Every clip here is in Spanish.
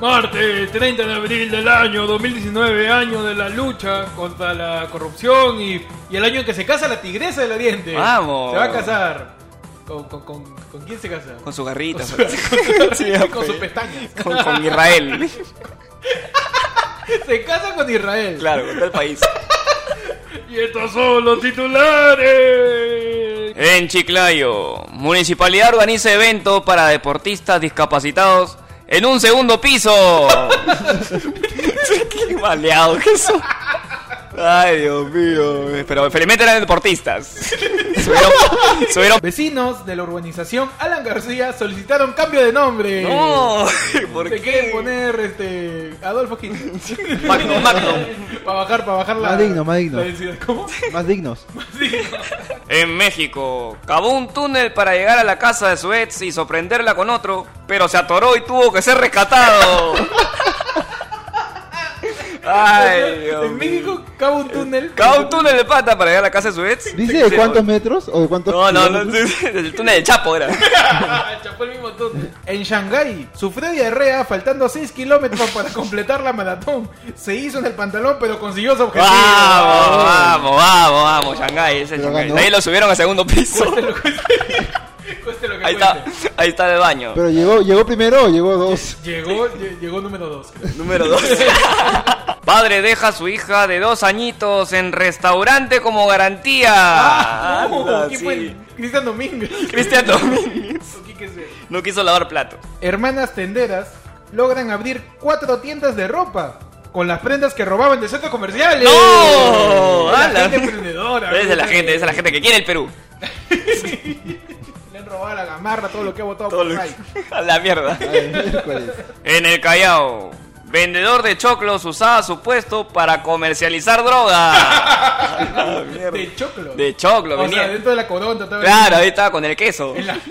Martes 30 de abril del año 2019, año de la lucha contra la corrupción y, y el año en que se casa la tigresa de la diente. Vamos. Se va a casar. ¿Con, con, con- con quién se casa? Con su garrita. Con su- pues. Sí, ya, con pues. sus pestañas. Con- con Israel. Se casa con Israel. Claro, con todo el país. Y estos son los titulares. En Chiclayo, municipalidad organiza evento para deportistas discapacitados en un segundo piso. Qué maleado que eso. Ay, Dios mío. Pero felizmente eran deportistas. Subieron. subieron- Vecinos de la urbanización Alan García solicitaron cambio de nombre. No, ¿por Se quieren qué? poner este Adolfo Hitler. Magnum, Magnum. Para bajar, para bajar la. Más digno, más digno. la densidad. ¿Cómo? Más dignos. En México, cavó un túnel para llegar a la casa de su ex y sorprenderla con otro, pero se atoró y tuvo que ser rescatado. Ay, Dios en mío. México cava un túnel. Cava un túnel de pata para llegar a la casa de su ex. ¿Dice de cuántos metros o de cuántos No, no, no, kilómetros? el túnel de Chapo era. Chapó el mismo túnel. En Shanghái sufrió diarrea faltando 6 kilómetros para completar la maratón. Se hizo en el pantalón, pero consiguió su objetivo. Vamos, vamos, vamos, vamos, Shanghái, ese es Pero Shanghái. ganó. De ahí lo subieron al segundo piso. Cueste lo que cueste. Cueste lo que Ahí está, cueste. ahí está de baño. Pero llegó, llegó primero o llegó dos. Llegó, lle- llegó número 2. Número 2. Padre deja a su hija de dos añitos en restaurante como garantía. Ah, Anda, ¿Quién sí. fue? el- Cristian Domínguez. Cristian Domínguez ¿O quién que sea? no quiso lavar plato. Hermanas tenderas logran abrir cuatro tiendas de ropa con las prendas que robaban de centros comerciales. ¡No! Eh, La ¡Hala! gente emprendedora. Esa es la gente, esa es la gente que quiere el Perú. Le han robado la gamarra, todo lo que ha votado Todo por lo- ahí. A la mierda. A ver, miércoles. En el Callao, vendedor de choclos usaba su puesto para comercializar droga. De choclo. De choclo, o sea, venía. dentro de la corona. estaba- Claro, ahí estaba con el queso. en la-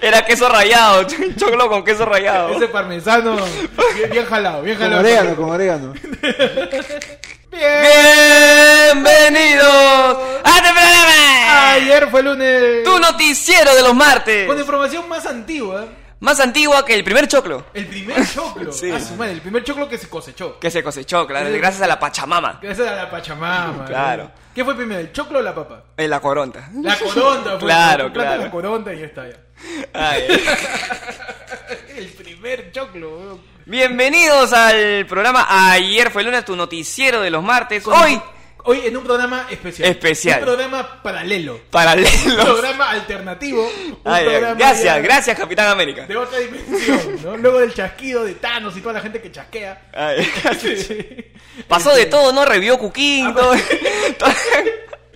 Era queso rallado, choclo con queso rallado. ese parmesano. Bien, bien jalado, bien Con jalado. orégano, con orégano. Bien. Bienvenidos a este programa. Ayer fue lunes. Tu noticiero de los martes. Con información más antigua. Más antigua que el primer choclo. El primer choclo. Sí. A su madre, el primer choclo que se cosechó. Que se cosechó, claro, gracias a la Pachamama. Gracias a la Pachamama. Claro. ¿no? ¿Qué fue primero, el choclo o la papa? En la coronta. La coronda, fue. Claro, Tú plantas claro. La coronda y ya está ya. Ay. El primer choclo, weón. Bienvenidos al programa Ayer fue lunes, tu noticiero de los martes. Con- Hoy, Hoy en un programa especial. Especial. Un programa paralelo. Un paralelos. programa alternativo. Un Ay, programa ya gracias, gracias Capitán América. De otra dimensión, ¿no? Luego del chasquido de Thanos y toda la gente que chasquea. Ay, Pasó Pasó de todo, ¿no? Revió Ah, Cuquín, todo. pues. todo-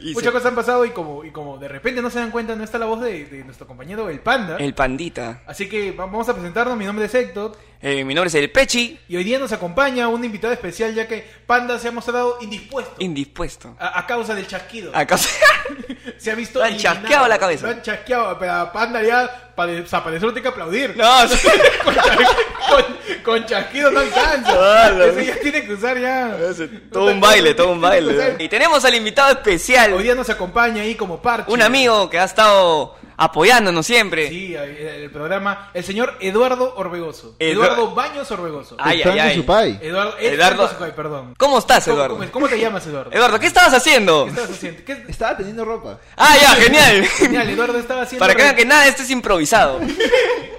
Y Muchas se- cosas han pasado y como, y como de repente no se dan cuenta, no está la voz de, de nuestro compañero el panda. El pandita. Así que va- vamos a presentarnos, mi nombre es Héctor. Eh, mi nombre es el Pechi, Y hoy día nos acompaña un invitado especial ya que Panda se ha mostrado indispuesto indispuesto. a, a causa del chasquido. ¿Acaso? Se ha visto Lo han eliminado. chasqueado la cabeza. Lo han chasqueado, pero a Panda ya para desaparecer no tiene que aplaudir. No, sí. Con, con- con chasquido no alcanza. Ah, la Eso mierda. ya tiene que usar ya. todo un baile, todo un baile. Entonces, Y tenemos al invitado Hoy especial, día nos acompaña ahí como parche. un amigo que ha estado apoyándonos siempre. Sí, el, el programa. El señor Eduardo Orbegoso. Edu- Eduardo Baños Orbegoso. Ay, Están ay, en ay. su pai. Eduardo, Eduardo- Eduardo- perdón. ¿Cómo estás, ¿Cómo- Eduardo? ¿Cómo, cómo te llamas, Eduardo? Eduardo, ¿qué estabas haciendo? ¿Qué estabas haciendo? ¿Qué- Estaba teniendo ropa. Ah, ya, genial. Genial, Eduardo estaba haciendo. Para que vean que nada, esto es improvisado.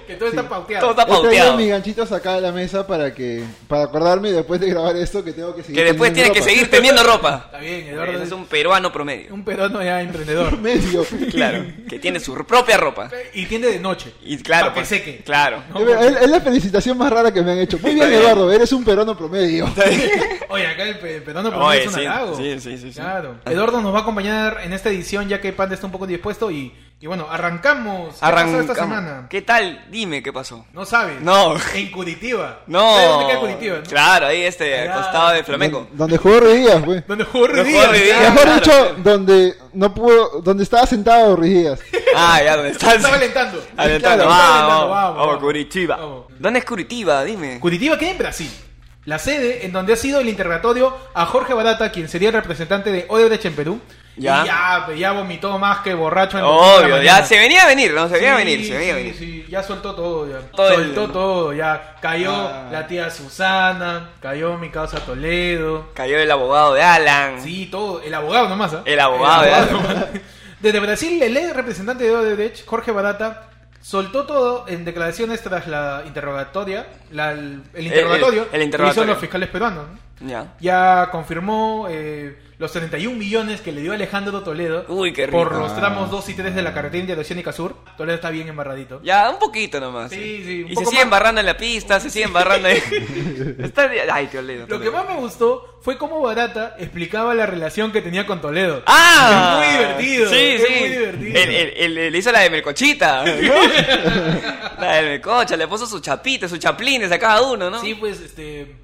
que todo está pauteado. Todo está He traído pauteado. mis ganchitos acá de la mesa para que para acordarme después de grabar esto que tengo que seguir. Que después tiene teniendo que ropa. seguir teniendo ropa. Está bien, Eduardo Es es un, un peruano promedio. peruano ya emprendedor. Medio. Claro, que tiene su propia ropa. y tiende de noche. Y claro, Para que pues, seque. Claro. Es ver- Es, es la felicitación más rara que me han hecho. Muy bien, Está bien. Eduardo, eres un peruano promedio. Oye, acá el pe- peruano por Oye, es un sí, halago. sí, sí, sí, Ah. sí. Claro. Eduardo nos va a acompañar en esta edición ya que Panda está un poco dispuesto y, y bueno, arrancamos. ¿Qué pasó esta Arrancamos. semana? ¿Qué tal? Dime qué pasó. No sabes. No. En Curitiba. ¿Sabes dónde No. queda Curitiba? no? Claro, ahí este, al Allá. costado de Flamengo. Don- Donde jugó Ruidías, güey. Donde jugó Donde Ruidías. jugó Ruidías. ya. Ah, Mejor claro, dicho, donde no pudo, donde estaba sentado Ruidías. Ah, ya, ¿dónde estás? Estaba alentando. Alentando. Estaba alentando, Vamos, vamos, vamos, vamos, vamos. Curitiba. Vamos. ¿Dónde es Curitiba? Dime. Curitiba queda en Brasil. la sede en donde ha sido el interrogatorio a Jorge Barata, quien sería el representante de Odebrecht en Perú. Ya. Y ya, pues, ya vomitó más que borracho en la Obvio, mañana. ya se venía a venir, ¿no? Se venía a Sí, venir, se venía a sí, venir. sí, ya soltó todo, ya. Todo el- soltó todo, ya. Cayó Ah. la tía Susana, cayó mi causa Toledo. Cayó el abogado de Alan. Sí, todo. El abogado nomás, ¿ah? El abogado, nomás. Desde Brasil, el ex representante de Odebrecht, Jorge Barata, soltó todo en declaraciones tras la interrogatoria, la- el, el interrogatorio, el- el interrogatorio. que hizo los fiscales peruanos. ¿no? Ya. Ya confirmó eh, los 31 millones que le dio Alejandro Toledo Uy, qué rico. Ah. por los tramos 2 y 3 de la carretera interoceánica sur. Toledo está bien embarradito. Ya, un poquito nomás. eh. Sí, sí, un Y se poco sigue más. embarrando en la pista, se sigue embarrando ahí. Está de- Ay, te olvido. Lo que más me gustó fue cómo Barata explicaba la relación que tenía con Toledo. ¡Ah! Es muy divertido, Sí, es sí. muy divertido. El, el- el- el- le hizo la de Melcochita. ¿no? la de Melcocha, le puso su chapita, sus chaplines a cada uno, ¿no? Sí, pues, este...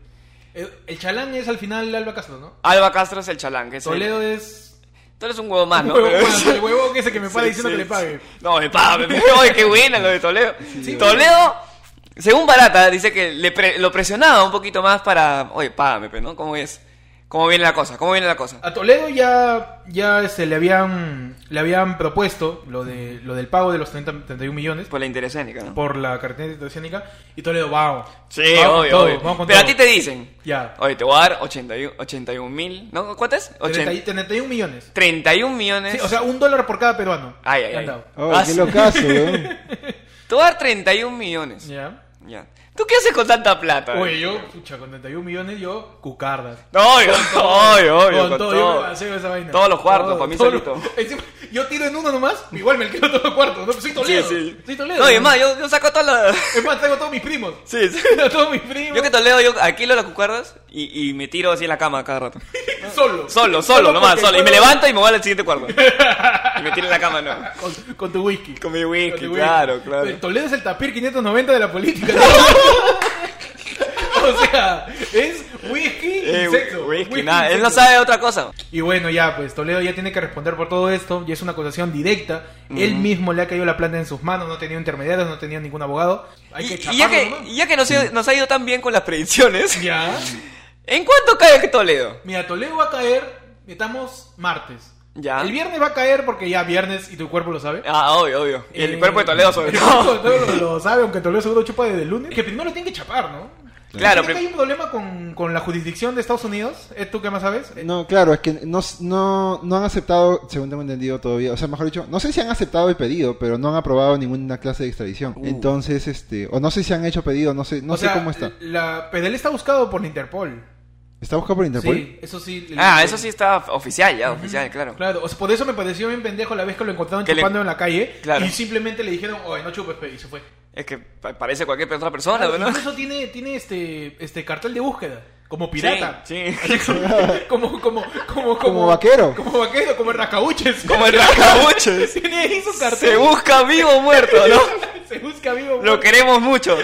El, el chalán es al final Alba Castro, ¿no? Alba Castro es el chalán, que es el- Toledo es... Tú eres un huevo más, Ah, ¿no? huevo, Pero- bueno, el huevo que ese que me para Sí, diciendo sí, que le pague. sí. No, me paga, me paga. Oye, qué buena lo de Toledo. Sí, Toledo, según Barata, dice que le pre- lo presionaba un poquito más para. Oye, págame, pe, ¿no? ¿Cómo es? ¿Cómo viene la cosa? ¿Cómo viene la cosa? A Toledo ya, ya se le habían, le habían propuesto lo, de, lo del pago de los 30, 31 millones Por la interesénica, ¿no? por la carretera interoceánica y Toledo, wow. Sí, vamos con obvio, todo, obvio. vamos con Pero a todo. ti te dicen. Ya, Oye, te voy a dar 81 81 mil. ¿No? ¿Cuánto es? 30 y- 80, 31 millones. 31 millones. Sí, o sea, un dólar por cada peruano. Ay, ay, Le han ay. dado. Oh, Ah, qué sí. locazo, weón. Te voy a dar 31 millones. Ya. Ya. ¿Tú qué haces con tanta plata? eh? Oye, yo, pucha, con 31 millones, yo, cucardas. No, obvio, obvio, obvio, con Yo todo. me balanceo esa vaina. Todos los cuartos, pa' mí todo solito. lo- Encima, yo tiro en uno nomás, igual me quedo todos los cuartos. No, pues soy Toledo. Sí, sí. Soy Toledo. No, y es más, yo, yo saco todas las. Es más, traigo a todos mis primos. Sí, sí. Traigo a todos mis primos. Yo que Toledo, yo alquilo las cucardas y, y me tiro así en la cama cada rato. Solo. Solo, solo, nomás, porque solo. Y me solo- levanto y me voy al siguiente cuarto. Y me tiro en la cama, no. Con, con tu whisky. Con mi Con tu whisky, claro, claro. El Toledo es el tapir 590 de la política. ¿no? o sea, es whisky Eh, y sexo. whisky, Whisky nada. y Él no sexo. sabe otra cosa. Y bueno, ya, pues Toledo ya tiene que responder por todo esto, y es una acusación directa. Él mismo le ha caído la planta en sus manos, no tenía intermediarios, no tenía ningún abogado. Hay Y, que y ya chaparlo, que, ¿no? y ya que nos, ha ido- nos ha ido tan bien con las predicciones, Ya. ¿en cuánto cae Toledo? Mira, Toledo va a caer, estamos martes. Ya. El viernes va a caer porque ya viernes y tu cuerpo lo sabe. Ah, obvio, obvio. Y el Eh, cuerpo de Toledo sobre el cuerpo de todo. Toledo lo, lo sabe, aunque Toledo seguro chupa desde el lunes. Que primero lo tienen que chapar, ¿no? Claro, ¿Crees que prim- hay un problema con, con la jurisdicción de Estados Unidos? ¿Eh, ¿Tú qué más sabes? No, claro, es que no, no, no han aceptado, según tengo entendido todavía, o sea, mejor dicho, no sé si han aceptado el pedido, pero no han aprobado ninguna clase de extradición. Uh. Entonces, este, o no sé si han hecho pedido, no sé, no O sé sea, cómo eh, está. La, pero él está buscado por la Interpol. ¿Está buscado por Interpol? Sí, eso sí. el- Ah, el- eso sí está oficial ya, oficial, claro. Claro, o sea, por eso me pareció bien pendejo la vez que lo encontraron Que le- chupando en la calle Claro. y simplemente le dijeron, oye, no chupes, pe", y se fue. Es que pa- parece cualquier otra persona, Claro, ¿no? Incluso tiene, tiene este, este cartel de búsqueda, como pirata. Sí, sí. Como, como, como, como, Como vaquero. Como vaquero, como rascabuches. Como el racabuches. Tiene ahí su cartel. Se busca vivo o muerto, ¿no? Se busca vivo. Lo queremos mucho.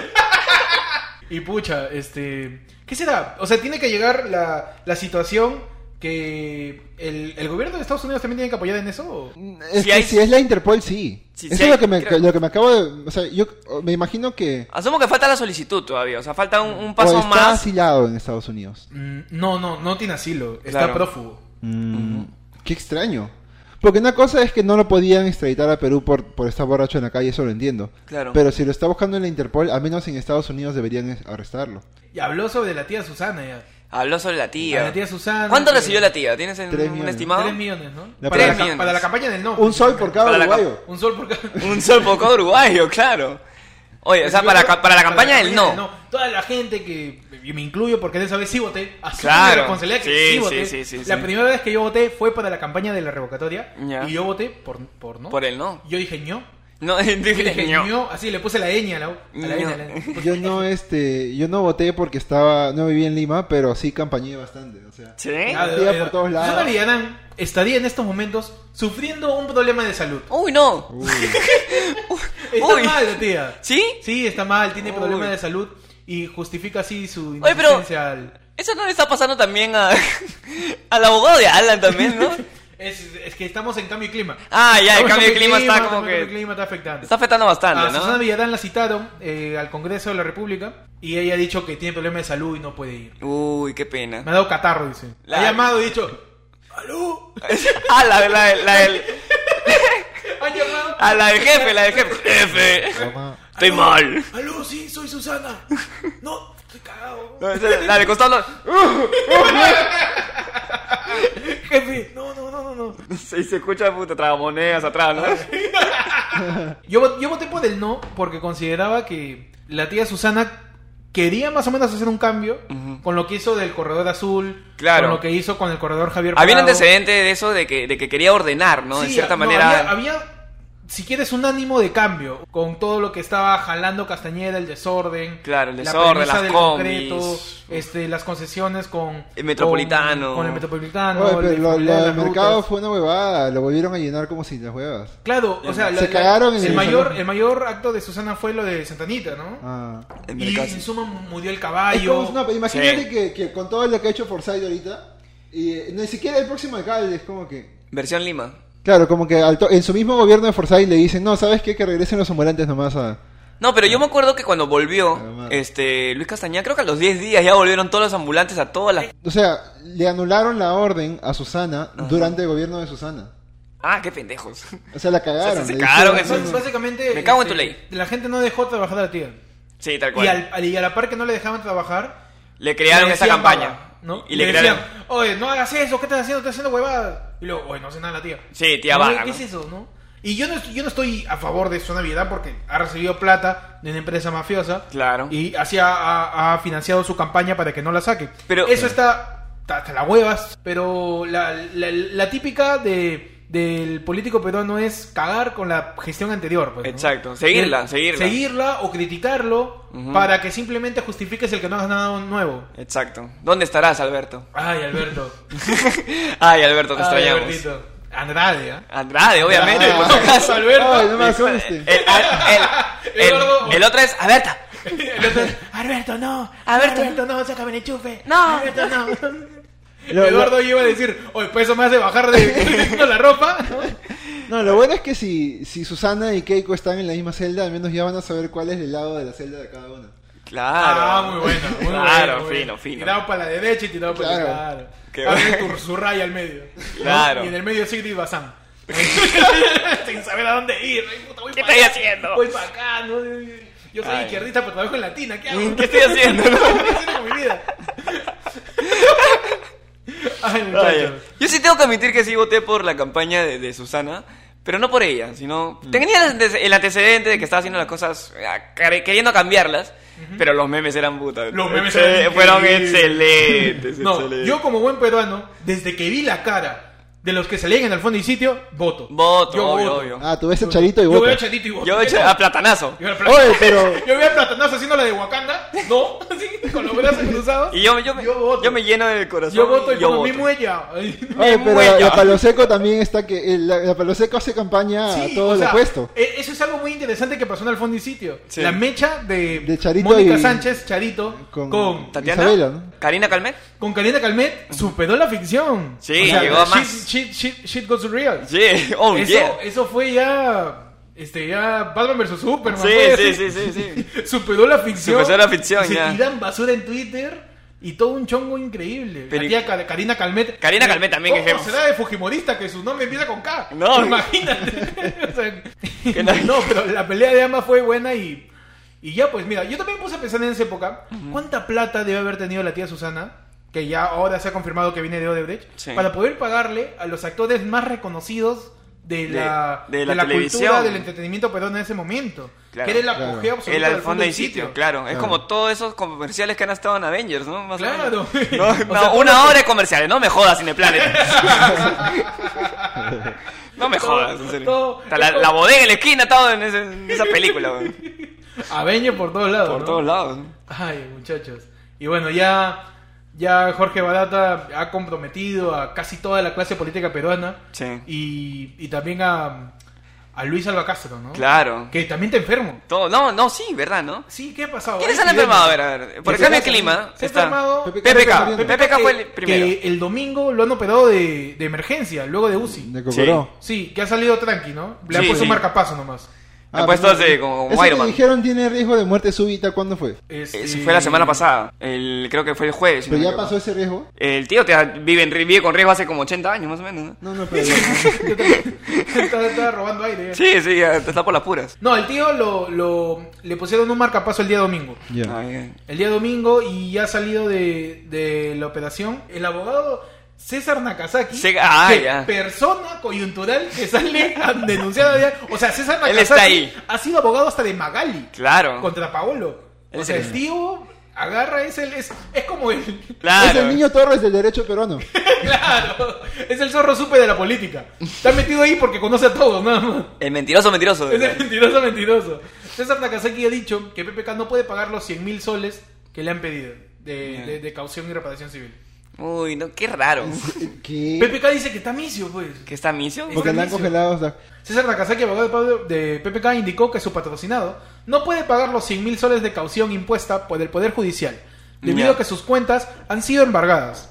Y pucha, este. ¿Qué será? O sea, tiene que llegar la, la situación que el, el gobierno de Estados Unidos también tiene que apoyar en eso. ¿o? Es Si que hay- si es la Interpol, sí. Si- Eso si es hay- lo que, me, creo- lo que me acabo de... O sea, yo me imagino que... Asumo que falta la solicitud todavía, o sea, falta un, un o paso Pues está más. asilado en Estados Unidos. Mm, No, no, no tiene asilo. Está Claro. prófugo. Mm, Qué extraño. Porque una cosa es que no lo podían extraditar a Perú por, por estar borracho en la calle, eso lo entiendo. Claro. Pero si lo está buscando en la Interpol, al menos en Estados Unidos deberían es- arrestarlo. Y habló sobre la tía Susana ya. Habló sobre la tía. La tía Susana. ¿Cuánto que- recibió la tía? ¿Tienes en- Tres un millones. estimado? Tres millones, ¿no? La para, tres la, millones. ca- para la campaña del no. Un sol por cada Para la cam- uruguayo. Un sol por cada. Un sol por cada uruguayo, claro. Oye, o sea, para, la ca- para la campaña del no. Toda la gente que. y me incluyo porque de esa vez sí voté. Asumo Claro. la responsabilidad que Sí, sí, sí, voté. sí, sí, la sí. primera vez que yo voté fue para la campaña de la revocatoria. Ya. Y yo voté por, por no. Por el no. Yo dije ño. No, dije, Yo dije ño. ño. Así le puse la ñ a la, a la Ño. ñ, Pues, a la ñ. Yo no este, yo no voté porque estaba, no viví en Lima, pero sí campañé bastante, o sea. ¿Sí? Ah, Tía eh, por todos lados. Susana Villarán estaría en estos momentos sufriendo un problema de salud. Uy, no. Uy, Está Uy. mal la tía. ¿Sí? Sí, está mal, tiene Uy. problemas de salud y justifica así su Oye, pero- insistencia al... Eso no le está pasando también a, al abogado de Alan también, ¿no? Es, es que estamos en cambio de clima. Ah, ya, Estamos el en cambio de clima está como también que- El clima está afectando. Está afectando a bastante, Ah, Susana ¿no? Villadán la citaron eh, al Congreso de la República y ella ha dicho que tiene problemas de salud y no puede ir. Uy, qué Me pena. ha dado catarro, dice. La- Ha llamado y dicho, ¡Aló! ah, la, de- la, de- la del, Ha llamado. a la del jefe, la del jefe. Jefe, Toma. Ah, estoy mal. ¡Aló, sí, soy Susana! No, estoy cagado. No, esa- La de costado. no. Jefe, no, no, no, no, no. Sí, se escucha puta tragamonedas atrás, ¿no? Yo, vot- yo voté por el no porque consideraba que la tía Susana quería más o menos hacer un cambio Ujú. con lo que hizo del corredor azul, Claro. con lo que hizo con el corredor Javier Había Ah, un Prado. antecedente de eso de que, de que quería ordenar, ¿no? de Sí, ah, cierta no, manera. Había, había, si quieres, un ánimo de cambio con todo lo que estaba jalando Castañeda, el desorden. Claro, el la desorden, premisa las del combis. concreto, este, las concesiones con. El Metropolitano. Con, con el Ah, metropolitano. Oye, la pero lo, disponibilidad lo de del las mercado rutas. fue una huevada. Lo volvieron a llenar como si las huevas. Claro, o sea, Se cagaron en el, el- mayor, el mayor acto de Susana fue lo de Santanita, ¿no? Ah. En y mercado, sí. en suma murió el Es como caballo. si- no, pero imagínate Sí. que, que con todo lo que ha hecho Forsyth ahorita, y eh, ni siquiera el próximo alcalde es como que. Versión Lima. Claro, como que al to- en su mismo gobierno de Forsyth le dicen, no, ¿sabes qué? Que regresen los ambulantes nomás a. No, pero Ah. yo me acuerdo que cuando volvió Además. este Luis Castañeda, creo que a los 10 días ya volvieron todos los ambulantes a todas las... O sea, le anularon la orden a Susana Ajá. durante el gobierno de Susana. Ah, qué pendejos. O sea, la cagaron. se le cagaron, dijeron, eso "No, Bás- es- no". Básicamente. Me cago en tu este, ley. La gente no dejó trabajar a la tía. Sí, tal cual. Y, al, y a la par que no le dejaban trabajar, Le crearon le esa decían campaña. vaga, ¿no? Y le, crearon... decían, oye, no hagas eso, ¿qué estás haciendo? Estás haciendo huevadas. Y luego, oye, no hace nada la tía. Sí, tía No, vaga, ¿Qué ¿no? es eso, no? Y yo no, estoy- yo no estoy a favor de su Navidad porque ha recibido plata de una empresa mafiosa. Claro. Y así ha, ha- ha financiado su campaña para que no la saque. Pero- Eso está está hasta las huevas. Pero la, la- la típica de, del político peruano es cagar con la gestión anterior. pues, ¿no? Exacto. Seguirla, seguirla. Seguirla o criticarlo Ujú. para que simplemente justifiques el que no hagas nada nuevo. Exacto. ¿Dónde estarás, Alberto? Ay, Alberto. Ay, Alberto, te Ay, extrañamos. Albertito. Andrade, ¿ah? Andrade, obviamente. Ah. por si acaso. Alberto. Ay, no me El, asustes. el- el- Eduardo. el otro es Alberta. El otro, Alberto, no. Alberto. Alberto, no, sácame el enchufe. No. Alberto, no. Lo- lo- Eduardo iba a decir, oye, pues eso me hace bajar de de la ropa. No, lo bueno es que si, si Susana y Keiko están en la misma celda, al menos ya van a saber cuál es el lado de la celda de cada una. Claro. Ah, muy bueno, muy bueno. Claro, muy fino, bueno. fino. Tirado para la derecha y tirado para Claro. la izquierda. Qué Abre bueno. tu, su raya al medio. ¿no? Claro. Y en el medio Sigrid Bazán. Sin saber a dónde ir. Ay, puta, voy ¿Qué para estoy acá, haciendo? Voy para acá. ¿no? Yo soy Ay. izquierdista, pero trabajo en latina. ¿Qué hago? ¿Qué estoy haciendo? ¿Qué hacer con mi vida? Ay, muchachos. Ay, Yo sí tengo que admitir que sí voté por la campaña de, de Susana, pero no por ella, sino... Mm. Tenía el antece- el antecedente de que estaba haciendo las cosas, ah, care- queriendo cambiarlas, pero los memes eran putas. Los memes Sí, eran Fueron increíbles. excelentes, No, excelentes. yo como buen peruano, desde que vi la cara de los que salían en el fondo y sitio, voto. Voto, yo obvio, voto. obvio. Ah, tú ves a Charito y Yo vos. veo a Chatito y voto. Yo ¿Qué eché tal? a platanazo. Yo veo a Pla- Oye, pero. Yo veo a Platanazo haciendo la de Wakanda, ¿no? Así, con los brazos cruzados. Y yo, yo, me, Yo voto. yo me lleno del corazón. Yo voto y yo con mi voto. muella. Oye, pero Bueno. la Paloseco también está que. el- La, la Paloseco hace campaña Sí, a Ah, todo o lo sea, opuesto. eh, e- Eso es algo muy interesante que pasó en el fondo y sitio. Sí. La mecha de, De Charito Mónica y- Sánchez, Charito, con- con, ¿Tatiana? Isabela, ¿no? ¿Karina Calmet? con Karina Calmet superó la ficción. Sí, llegó a más. Shit, shit, shit, shit goes real. Sí, oh eso, yeah. eso fue ya. Este, ya Batman vs Superman. pues. Sí, fue sí, así. sí, sí, sí. Superó la ficción. Superó la ficción, Se ya. tiran basura en Twitter y todo un chongo increíble. Pero- la tía Ka- Karina Calmet. Karina Calmet también, ¿Cómo que es- será de Fujimorista que su nombre empieza con K? No. Imagínate. O sea, Que no- no, pero la pelea de ambas fue buena y. Y ya, pues mira, yo también me puse a pensar en esa época. ¿Cuánta plata debe haber tenido la tía Susana? Que ya ahora se ha confirmado que viene de Odebrecht. Sí. Para poder pagarle a los actores más reconocidos de De- la, de de, la la, televisión. cultura, del entretenimiento, perdón, en ese momento. Claro. que era el Claro. apogeo absoluto El del al fondo y sitio, claro. Es Claro. como todos esos comerciales que han estado en Avengers, ¿no? Más o Claro. menos. No, O sea, no, todo una lo que- hora de comerciales, no me jodas, Cineplanet. no me Todo, jodas, en serio. todo- Hasta la, la bodega en la esquina estaba en, ese- en esa película, güey. Avenger por todos lados. Por ¿no? todos lados. Ay, muchachos. Y bueno, ya, ya Jorge Barata ha comprometido a casi toda la clase política peruana. Sí. Y, y también a, a Luis Alba Castro, ¿no? Claro. Que también está enfermo. Todo, no, no, sí, ¿verdad, no? Sí, ¿qué ha pasado? ¿Quiénes Hay han enfermado? A ver, epidemia. a ver. Por el Pepe cambio de Casas, clima. Se ha está enfermado PPK, PPK. PPK PPK fue el que primero. el domingo lo han operado de, de emergencia, luego de UCI. De Cocoró. Sí, que ha salido tranqui, ¿no? Le han Sí, puesto sí. un marcapaso nomás. Me ha puesto pero- así, como Ese Iron Ah, que Man. dijeron tiene riesgo de muerte súbita, ¿cuándo fue? Este- Eh, Fue la semana pasada. El, creo que fue el jueves. si Pero no me ya equivoco. pasó ese riesgo. El tío te ha- vive, en- vive con riesgo hace como 80 años, más o menos. ¿no? No, no, pero. está, está robando aire. ya. Sí, sí, ya te está por las puras. No, el tío lo, lo- le pusieron un marcapaso el día domingo. ya. Ay, ay. El día domingo y ya ha salido de, de la operación el abogado César Nakazaki. Se- ah, que ya. Persona coyuntural que sale a- denunciada. ya. O sea, César Nakazaki Él está ahí. Ah. ha sido abogado hasta de Magali Claro. contra Paolo. Él O es sea, el- el tío agarra, es, el, es, es como el. Claro. Es el niño Torres del derecho peruano. claro, es el zorro supe de la política. Está metido ahí porque conoce a todos, nada más. El mentiroso, mentiroso. Es el mentiroso, mentiroso. César Nakazaki ha dicho que PPK no puede pagar los 100 mil soles que le han pedido de, Ya. de- de caución y reparación civil. Uy, no, qué raro. ¿Qué? PPK dice que está misio, pues. ¿Qué está misio? Porque le han Buenísimo. congelado. la- César Nakazaki, abogado de Pablo- de PPK, indicó que su patrocinado no puede pagar los 100 mil soles de caución impuesta por el Poder Judicial, debido Ya. a que sus cuentas han sido embargadas.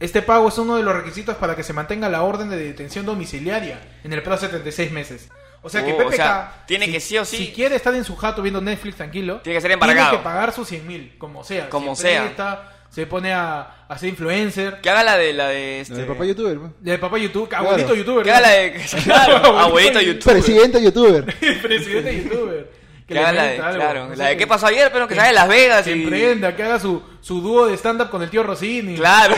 Este pago es uno de los requisitos para que se mantenga la orden de detención domiciliaria en el plazo de 76 meses. O sea que Oh, o PPK sea, tiene si- que sí o sí. Si quiere estar en su jato viendo Netflix tranquilo, Tiene que ser embargado. Tiene que pagar sus 100 mil, como sea. Como Se sea. presta, se pone a, a ser influencer. Que haga la de la de la este. del papá youtuber. pues. De papá YouTube, abuelito Claro. youtuber. que ¿no? haga la de. Claro, abuelito youtuber. Presidente youtuber. El presidente youtuber. Que le haga la de. inventa algo, Claro. no La sé, de qué pasó ayer, pero que salga de Las Vegas. Que y- emprenda, que haga su, su dúo de stand-up con el tío Rossini. Claro.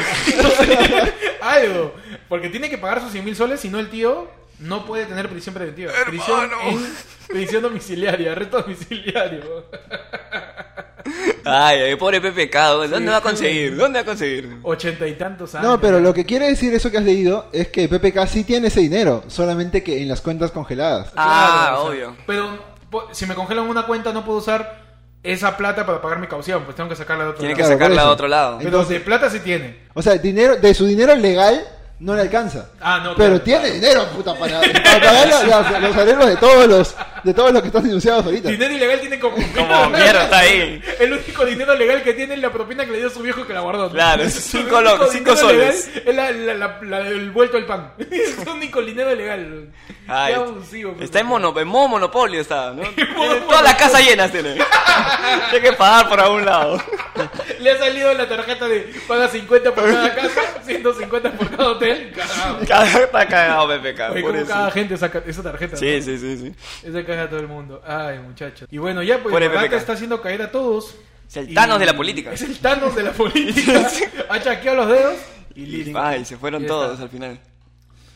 Algo. Porque tiene que pagar sus 100 mil soles, si no el tío no puede tener prisión preventiva. Prisión, en- prisión domiciliaria, arresto domiciliario. Ay, ay, pobre PPK. ¿Dónde va a conseguir? ¿Dónde va a conseguir? Ochenta y tantos años. No, pero lo que quiere decir eso que has leído es que PPK sí tiene ese dinero, solamente que en las cuentas congeladas. Ah, o sea, obvio. Pero po- si me congelan una cuenta no puedo usar esa plata para pagar mi caución, pues tengo que sacarla de otro Tiene que lado. Claro, sacarla por a eso. otro lado. Pero Entonces- de plata sí tiene. O sea, dinero, de su dinero legal no le alcanza. Ah, no, claro. Pero tiene dinero, puta, para, para pagar los, los- los arreglos de todos los, de todos los que están denunciados ahorita. Dinero ilegal tiene como... Como mierda está ahí. El único dinero legal que tiene es la propina que le dio su viejo que la guardó. ¿no? Claro, El cinco único lo- cinco dinero soles. legal Es la, la- la- la- el vuelto al pan. Es el único dinero legal. Ay, Qué abusivo, pues. está en, mono, en modo monopolio, está, ¿no? Tiene modo Todas las casas llenas tiene. tiene que pagar por algún lado. Le ha salido la tarjeta de paga 50 por cada casa, 150 por cada hotel. Carajo. Cada- está cagado PPK. Oye, Ah, por como eso. cada gente saca esa tarjeta. ¿no? Sí, sí, sí, sí. Esa caga a todo el mundo. Ay, muchachos. Y bueno, ya pues Pobre Barata PPK. está haciendo caer a todos. Es el Y- Thanos de la política. Es el Thanos de la política. ha chasqueado los dedos y listo. Ay, se fueron Ya todos está. al final.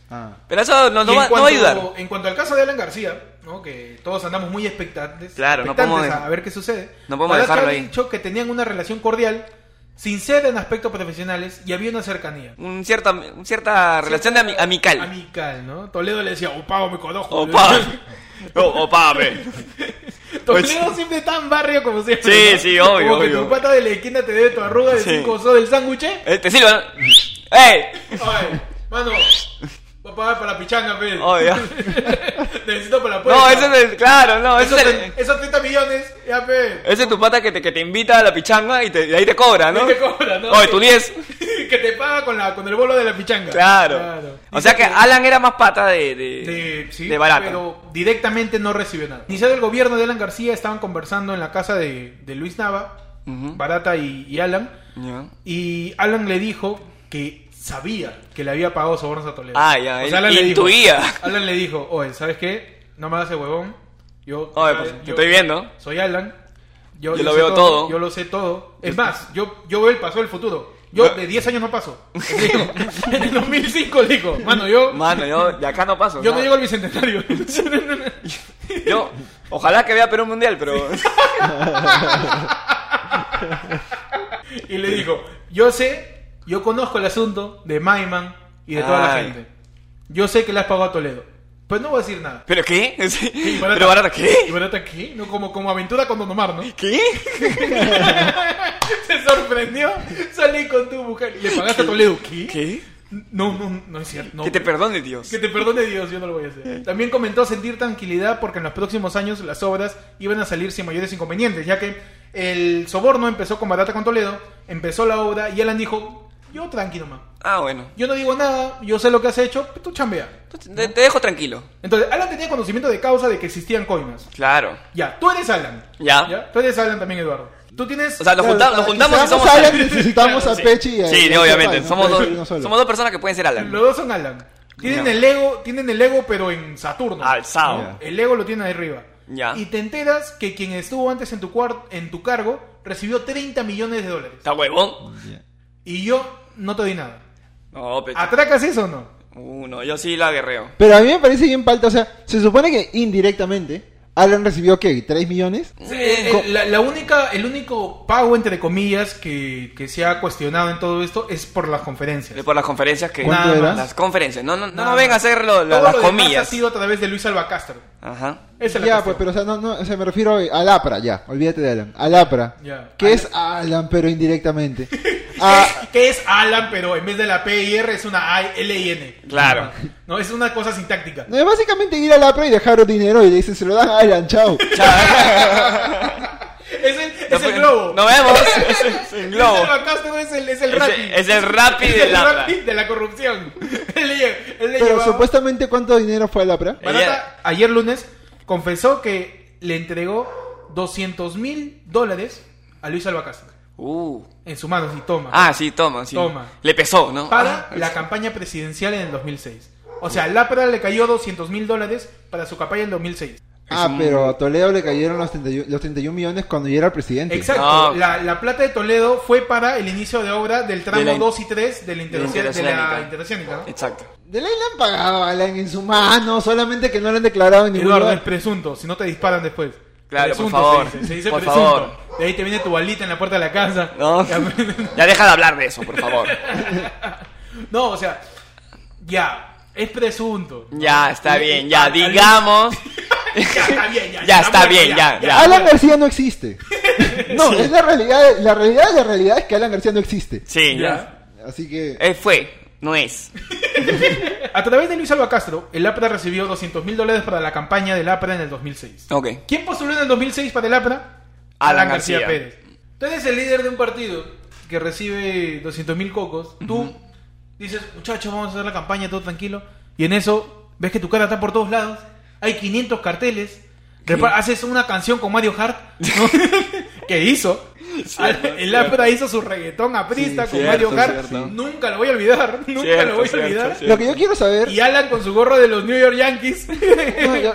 Ah. Pero eso no, Y no, en va, no va a ayudar. En cuanto al caso de Alan García, ¿no? que todos andamos muy expectantes, Claro, no expectantes podemos- a, a ver qué sucede. no podemos Barata dejarlo ha ahí. dicho que tenían una relación cordial, sincera en aspectos profesionales y había una cercanía. Un cierta, un cierta relación de ami- amical. Amical, ¿no? Toledo le decía, opago, me conozco. Opa. O- opa, ve. Toledo siempre tan barrio como siempre. Pues- Sí, ¿no? sí, obvio, Como que obio. tu pata de la esquina te debe tu arruga de Sí. cinco so del sándwich. Eh, Te silba, ¿no? ¡Ey! Ay, mano, voy a pagar para la pichanga, Pedro. Oh, ya. Necesito para la puerta. No, ese es el. Claro, no, ese Esos, es tre- el. esos 30 millones, ya, pe. Ese es tu pata que te, que te invita a la pichanga y, te, y ahí te cobra, ¿no? Ahí te cobra, ¿no? Oye, tu 10. que te paga con, la, con el bolo de la pichanga. Claro. O sea que Dice Alan era más pata de, de, de, sí, de barata. pero directamente no recibió nada. Iniciado el gobierno de Alan García, estaban conversando en la casa de, de Luis Nava, Ujú. Barata y, y Alan. Ya. Y Alan le dijo que sabía que le había pagado sobornos a Toledo. Ah, ya, él dijo- intuía. Alan le dijo, oye, ¿sabes qué? No me hagas el huevón. Yo, Oye, ¿sabes? pues, te Yo estoy viendo. Soy Alan. Yo lo sé veo todo. Yo lo sé todo. Es más, yo, yo veo el paso del futuro. Yo Yo- de 10 años no paso. Le digo, en el 2005 le digo, mano, yo, Mano, yo de acá no paso. yo no nada. llego al bicentenario. Yo, ojalá que vea Perú Mundial, pero. y le digo, yo sé, yo conozco el asunto de Maiman y de toda la Ay. gente. Yo sé que le has pagado a Toledo. Pues no voy a decir nada. ¿Pero qué? Sí. Y barata. ¿Pero barata ¿Y qué? barata qué? No, como, como aventura con Don Omar, ¿no? ¿Qué? Se sorprendió. Salí con tu mujer. Le pagaste a Toledo. ¿Qué? ¿Qué? No, no, no es cierto. no, que te güey. perdone Dios. Que te perdone Dios, yo no lo voy a hacer. También comentó sentir tranquilidad porque en los próximos años las obras iban a salir sin mayores inconvenientes, ya que el soborno empezó con Barata con Toledo, empezó la obra y Alan dijo, yo tranquilo, man. Ah, bueno. Yo no digo nada, yo sé lo que has hecho, pues tú chambea. Entonces, Te, te dejo tranquilo. Entonces, Alan tenía conocimiento de causa de que existían coimas. Claro. Ya, tú eres Alan. Ya. Tú eres Alan también, Eduardo. Tú tienes... O sea, nos, junta- nos juntamos y Necesitamos somos a Alan, Alan. necesitamos a Sí. Pechi y a- Sí, y a obviamente. Pai, ¿no? somos, Puede ser uno dos, solo. somos dos personas que pueden ser Alan. Los dos son Alan. Tienen Ya. el ego, tienen el ego, pero en Saturno. Alzado. Ya. El ego lo tiene ahí arriba. Ya. Y te enteras que quien estuvo antes en tu, cuar- en tu cargo recibió 30 millones de dólares. Está huevón. Ya. Y yo no te doy nada. No, pecho. ¿Atracas eso o no? Uno, yo sí la guerreo. Pero a mí me parece bien palta, o sea, se supone que indirectamente Alan recibió, ¿qué? ¿3 millones? Eh, eh, la, la única, el único pago, entre comillas, que, que se ha cuestionado en todo esto es por las conferencias. Por las conferencias que. ¿Cuánto Nada era? más. Las conferencias. No, no, no, Nada no venga a más. hacer lo- la- Todo las lo demás ha comillas. sido a través de Luis Alba Castro. Ajá. Esa es la ya, cuestión. pues, pero o sea, no, no, o sea, me refiero al APRA, ya, olvídate de Alan, al APRA, Ya. que Alan. es Alan, pero indirectamente. Ah, Que es Alan, pero en vez de la P y R es una A, L y N. Claro. No, es una cosa sintáctica. no, es Eh, básicamente ir al APRA y dejar un dinero y le dicen, se lo dan a Alan, chao. Es el, es No, el porque- globo. Nos vemos. Es, es el globo. Luis Alba Castro es el, es el Es Rappi. el- es el Rappi Es de el la- Rappi de la corrupción. Él le, lle- él le Pero llevaba- supuestamente, ¿cuánto dinero fue al APRA? Barata, ayer lunes, confesó que le entregó 200 mil dólares a Luis Alba Castro. Uh. En su mano, y toma. Ah, sí, toma, sí. Toma. Le pesó, ¿no? para Ah, la campaña presidencial en el 2006. O sea, Lapra le cayó 200 mil dólares para su campaña en 2006. Ah, un- pero a Toledo le cayeron los 31, los 31 millones cuando ya era presidente. Exacto. No. La, la plata de Toledo fue para el inicio de obra del tramo De la in- 2 y 3 de la interoceánica. De la interoceánica. interoceánica, ¿no? Exacto. De ley le han pagado a Alan en su mano, solamente que no le han declarado en ningún Eduardo, es lugar. presunto, si no te disparan después. Claro, por Presunto, favor. Se dice, se dice Por presunto. favor. De ahí te viene tu balita en la puerta de la casa. No. Ya deja de hablar de eso, por favor. No, o sea, ya, es presunto. Ya, está bien, ya, Al- al- digamos. Ya está bien, ya. Ya está muerto, bien, ya, ya. Alan García no existe. No, es la realidad, la realidad de la realidad es que Alan García no existe. Sí, ya. Ya. Así que Eh, fue, no es. A través de Luis Alba Castro, el APRA recibió 200 mil dólares para la campaña del APRA en el 2006. Ok. ¿Quién postuló en el 2006 para el APRA? Alan García. Pérez. Tú eres el líder de un partido que recibe 200 mil cocos. Tú dices, muchachos, vamos a hacer la campaña, todo tranquilo. Y en eso ves que tu cara está por todos lados. Hay 500 carteles. Repa- Haces una canción con Mario Hart ¿no? que hizo. el APRA hizo su reggaetón aprista Sí, con cierto, Mario Hart. cierto. Nunca lo voy a olvidar. Nunca Cierto, lo voy a cierto, olvidar. cierto. lo que yo quiero saber, Y Alan con su gorro de los New York Yankees yo-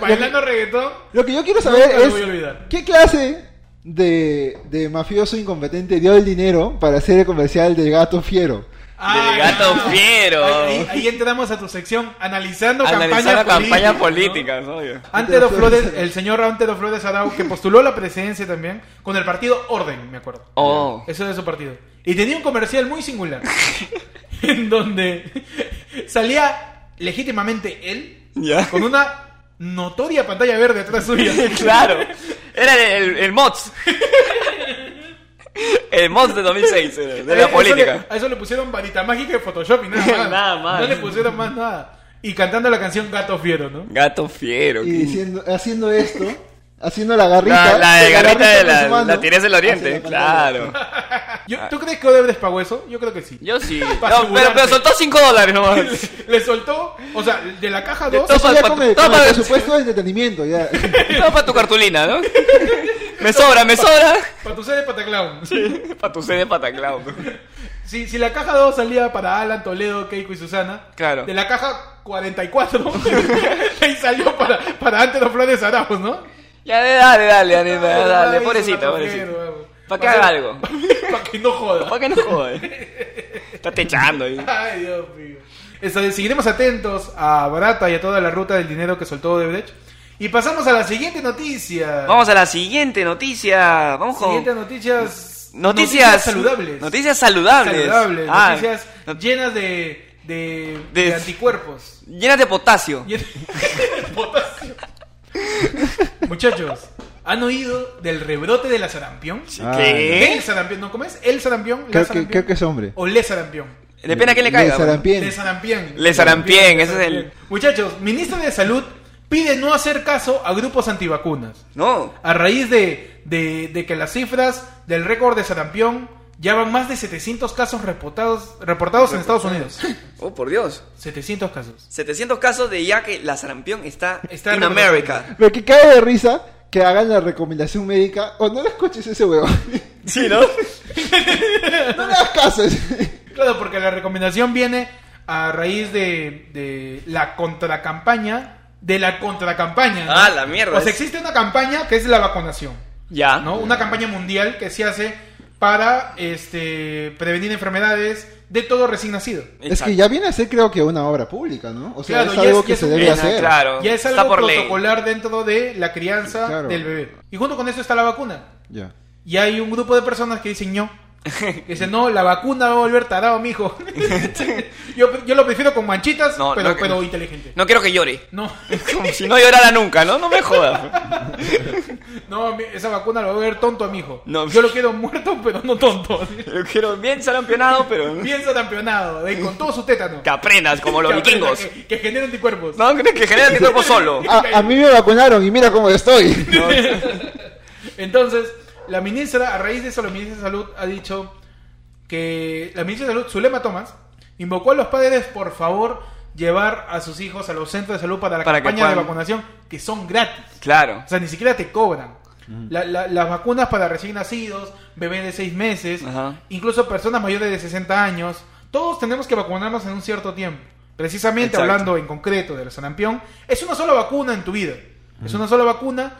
bailando reggaetón. lo que yo quiero saber Nunca lo voy a es olvidar. qué clase de, de mafioso incompetente dio el dinero para hacer el comercial de Gato Fiero. Ah, gato ya. fiero. Ahí, ahí- ahí entramos a tu sección analizando Analizar la campaña política. política, obvio. Antero Flores, el señor Antero Flores Arau, que postuló la presidencia también con el partido Orden, me acuerdo. Oh. Eso de su partido. Y tenía un comercial muy singular en donde salía legítimamente él Ya. con una notoria pantalla verde atrás suya. Claro. Era el, el, el Mods. El Mods de 2006, era, eh, de A la eso política. le- a eso le pusieron varita mágica y Photoshop y nada más. Nada más. No le pusieron más nada. Y cantando la canción Gato Fiero, ¿no? Gato fiero. Y qué- diciendo, haciendo esto, haciendo la garrita. La, la de garrita de con su la, mano, Ah, la tirés del oriente, hacia la pantalla. claro. Yo- ¿Tú crees que Odebrecht pagó eso? Yo creo que sí. Ah. Yo sí. Pa' No, pero, pero asegurarte. soltó 5 dólares nomás. Le soltó, o sea, de la caja De 2. todo. Eso ya con el, con el Toma, toma. presupuesto de entretenimiento, ya. No, para tu cartulina, ¿no? Me sobra, me sobra. Para tu sede de Pataclown. Para tu sede pataclao. Si, si la caja 2 salía para Alan, Toledo, Keiko y Susana. Claro. De la caja 44. ahí salió para, para Antero Flores Arauz, ¿no? Ya, dale, dale, dale, dale, dale, Ahí pobrecito, hizo Gato pobrecito. Fiero, vamos. Pa' que haga Pa' algo. Para que no joda. ¿Para qué no jode? Está techando ahí. Ay, Dios mío. Este, Seguiremos atentos a Barata y a toda la ruta del dinero que soltó Odebrecht. Y pasamos a la siguiente noticia. Vamos a la siguiente noticia. Vamos con. Siguiente noticias. Noticias, saludables. Noticias saludables. Saludables, Ah, noticias no- llenas de, de, De- de anticuerpos. llenas de potasio. Llen- Potasio. Muchachos, ¿han oído del rebrote de la sarampión? Ah, ¿Qué? ¿Eh? El sarampión, ¿no? ¿Cómo es? El sarampión, la Creo que, sarampión. creo que es hombre. O le sarampión. Depende a quién le caiga. Le pues. zarampien. Les Sarampien. Les Sarampien, ese es el- Muchachos, ministro de Salud pide no hacer caso a grupos antivacunas. No. A raíz de, de- de que las cifras del récord de sarampión ya van más de 700 casos reportados, reportados en Estados Unidos. Oh, por Dios. 700 casos. 700 casos de ya que la sarampión está, Está en en América. Pero que cae de risa que hagan la recomendación médica o no le escuches ese huevo. Sí, ¿no? no le hagas caso. Claro, porque la recomendación viene a raíz de, de la contracampaña. De la contracampaña. ¿no? Ah, la mierda, O sea, es- existe una campaña que es la vacunación. ya. ¿no? Una campaña mundial que se hace para este, prevenir enfermedades de todo recién nacido. Es que ya viene a ser creo que una obra pública, ¿no? O sea, Claro, es ya algo es- que ya es se un- debe Eh, hacer. Claro. Ya es está algo por ley. protocolar dentro de la crianza Claro. del bebé. Y junto con eso está la vacuna. Ya. Y hay un grupo de personas que dicen no. Que dicen, no, la vacuna va a volver tarado, mijo. yo, yo lo prefiero con manchitas, No, pero, no, que- pero inteligente. No quiero que llore. No, Como si no llorara nunca, ¿no? No me jodas. no, mi- esa vacuna lo va a ver tonto a mi hijo. No. Yo lo quiero muerto, pero no tonto. Yo quiero bien sarampionado, pero Bien campeonado, eh, con todo su tétano. que aprendas como los Que aprenda vikingos. Que, que genera anticuerpos. No, que que generas tu cuerpo solo. Ah, A, a mí me vacunaron y mira cómo estoy. Entonces, la ministra, a raíz de eso, la ministra de Salud ha dicho que la ministra de Salud, Zulema Thomas, invocó a los padres, por favor, llevar a sus hijos a los centros de salud para la Para que campaña de puedan- vacunación, que son gratis. Claro. O sea, ni siquiera te cobran. Mm. La- la- las vacunas para recién nacidos, bebés de 6 meses, Ajá. incluso personas mayores de 60 años, todos tenemos que vacunarnos en un cierto tiempo. Precisamente Exacto. hablando en concreto del sarampión, es una sola vacuna en tu vida. Mm. Es una sola vacuna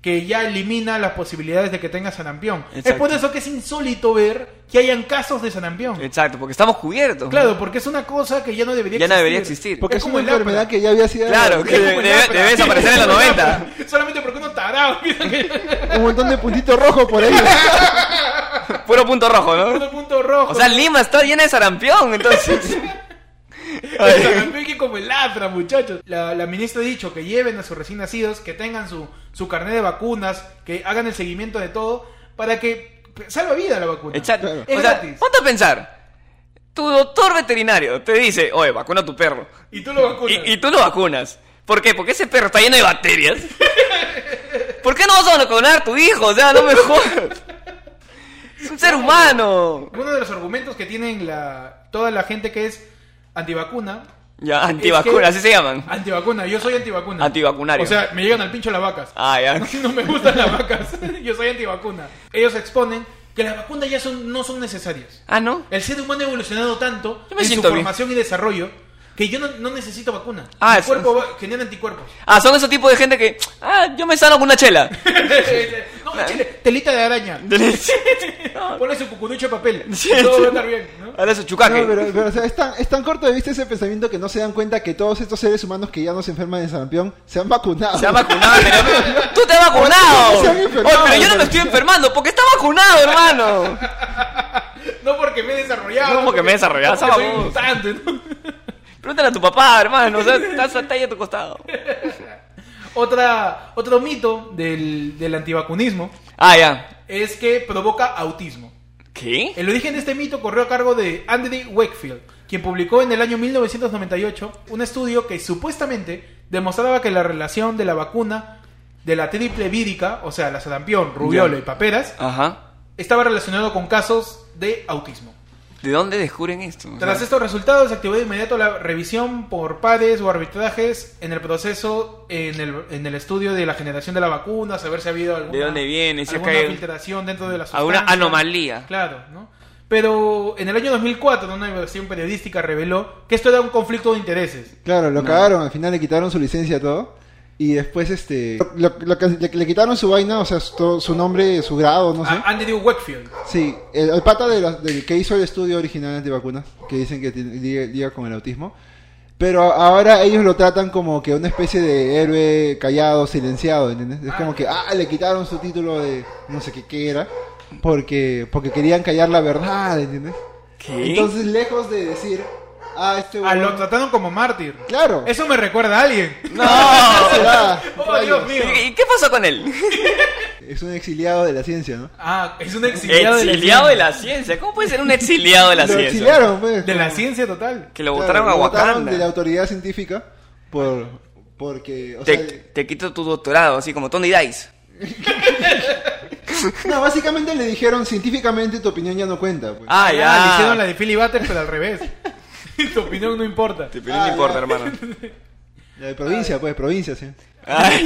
que ya elimina las posibilidades de que tengas sarampión. Es Exacto. por eso que es insólito ver que hayan casos de sarampión. Exacto, porque estamos cubiertos. Claro, porque es una cosa que ya no debería Ya no existir. debería existir. Porque Es es, como una el lámpara. enfermedad que ya había sido. Claro, que Es como debe, el debe- Ápera. debe desaparecer en los 90. Solamente porque uno tarado piensa que- Un montón de puntitos rojos por ahí. Puro punto rojo, ¿no? Todo punto rojo. O sea, Lima está llena de sarampión, entonces. El sarampión que como el atra, muchachos. La, la ministra ha dicho que lleven a sus recién nacidos, que tengan su, su carnet de vacunas, que hagan el seguimiento de todo, para que salva vida la vacuna. Exacto. Claro. Es O sea, gratis. ponte a pensar. Tu doctor veterinario te dice, oye, vacuna a tu perro. Y tú lo vacunas. Y, y tú lo vacunas. ¿Por qué? Porque ese perro está lleno de bacterias. ¿Por qué no vas a vacunar a tu hijo? O sea, no me jodas. Es un ser humano. Uno de los argumentos que tienen la, toda la gente que es antivacuna. Ya, antivacuna, es que- así se llaman. Antivacuna, yo soy antivacuna. Antivacunario. O sea, me llegan al pincho las vacas. Ah, ya. No me gustan las vacas. Yo soy antivacuna. Ellos exponen que las vacunas ya son, no son necesarias. Ah, ¿no? El ser humano ha evolucionado tanto Yo me en su siento bien. formación y desarrollo que yo no, no necesito vacuna. Ah, Mi es- cuerpo va- genera anticuerpos. Ah, son esos tipos de gente que... Ah, yo me sano con una chela. no, chile, telita de araña. Ponle su cucurucho de papel. Sí, Todo sí. va a estar bien. ¿no? Ahora eso, No, chucaque. pero, pero, o sea, es, tan, es tan corto de vista ese pensamiento que no se dan cuenta que todos estos seres humanos que ya no se enferman de sarampión se han vacunado. Se ha vacunado. pero- ¡Tú te has vacunado! Se han Oye, enfermado, pero yo no me pero- estoy enfermando porque está vacunado, hermano. No porque me he desarrollado. No porque me he desarrollado, porque soy vamos. mutante, ¿no? Pregúntale a tu papá, hermano. O sea, estás está ahí a tu costado. Otra, otro mito del, del antivacunismo Ah, ya. es que provoca autismo. ¿Qué? El origen de este mito corrió a cargo de Andy Wakefield, quien publicó en el año 1998 un estudio que supuestamente demostraba que la relación de la vacuna de la triple vírica, o sea, la sarampión, rubiola Ya. y paperas, Ajá. estaba relacionado con casos de autismo. ¿De dónde descubren esto? O Tras sea, estos resultados, se activó de inmediato la revisión por pares o arbitrajes en el proceso, en el, en el estudio de la generación de la vacuna, saber si ha habido alguna, ¿De dónde viene? Si es que alguna hay- filtración dentro de la alguna sustancia. anomalía. Claro, ¿no? Pero en el año 2004, una investigación periodística reveló que esto era un conflicto de intereses. Claro, lo cagaron, al final le quitaron su licencia a todo. Y después, este. Lo, lo que le, le quitaron su vaina, o sea, su, su nombre, su grado, no sé. A Andrew Wakefield. Sí, el, el pata de la- del que hizo el estudio original de antivacunas, que dicen que tiene- liga, liga con el autismo. Pero ahora ellos lo tratan como que una especie de héroe callado, silenciado, ¿entiendes? Es como que, ah, le quitaron su título de no sé qué, qué era, porque, porque querían callar la verdad, ¿entiendes? ¿Qué? Entonces, lejos de decir, Ah, este Ah, lo huevón. trataron como mártir. Claro. Eso me recuerda a alguien. No. Ah, Oh, Dios mío. ¿Y y qué pasó con él? Es un exiliado de la ciencia, ¿no? Ah, es un exiliado, Exiliado de de, la la ciencia. ¿Cómo puede ser un exiliado de la lo ciencia? exiliaron, pues. ciencia. de la como- ciencia total. Que lo Claro, botaron a lo botaron de la Wakanda. autoridad científica por porque o Te, sea, te quito tu doctorado, así como Tony Dice. no, básicamente le dijeron científicamente tu opinión ya no cuenta, pues. Ah, le ya. hicieron la de Philly Butters, pero al revés. tu opinión no importa. Te no Ah, importa, ya. hermano. La de provincia, pues, provincia, sí. Ay,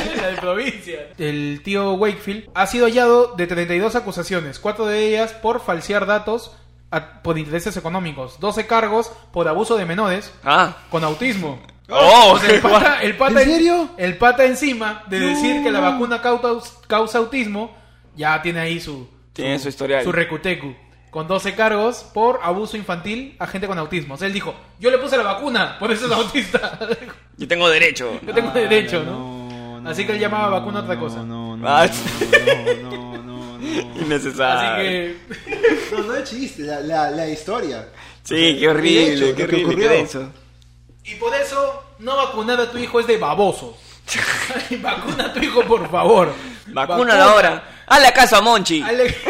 la de provincia. El tío Wakefield ha sido hallado de 32 acusaciones, cuatro de ellas por falsear datos a- por intereses económicos, 12 cargos por abuso de menores Ah. con autismo. Oh, O sea, el pata, el pata ¿En serio? El pata encima de decir que la vacuna causa, causa autismo, ya tiene ahí su, Tiene su historial. su recutecu. Con 12 cargos por abuso infantil a gente con autismo. O sea, él dijo, yo le puse la vacuna, por eso es autista. Yo tengo derecho. yo tengo derecho, ¿no? no, Así que él llamaba vacuna a otra cosa. No, no, no, Ah. no, no, no, no. Así Innecesario. que No, no es chiste, la, la, la historia. Sí, qué El hecho, horrible, lo que qué horrible, qué ocurrió. denso. Y por eso, no vacunar a tu hijo es de baboso. Vacuna a tu hijo, por favor. Vacúnalo ahora. Hazle caso a Monchi. Ale-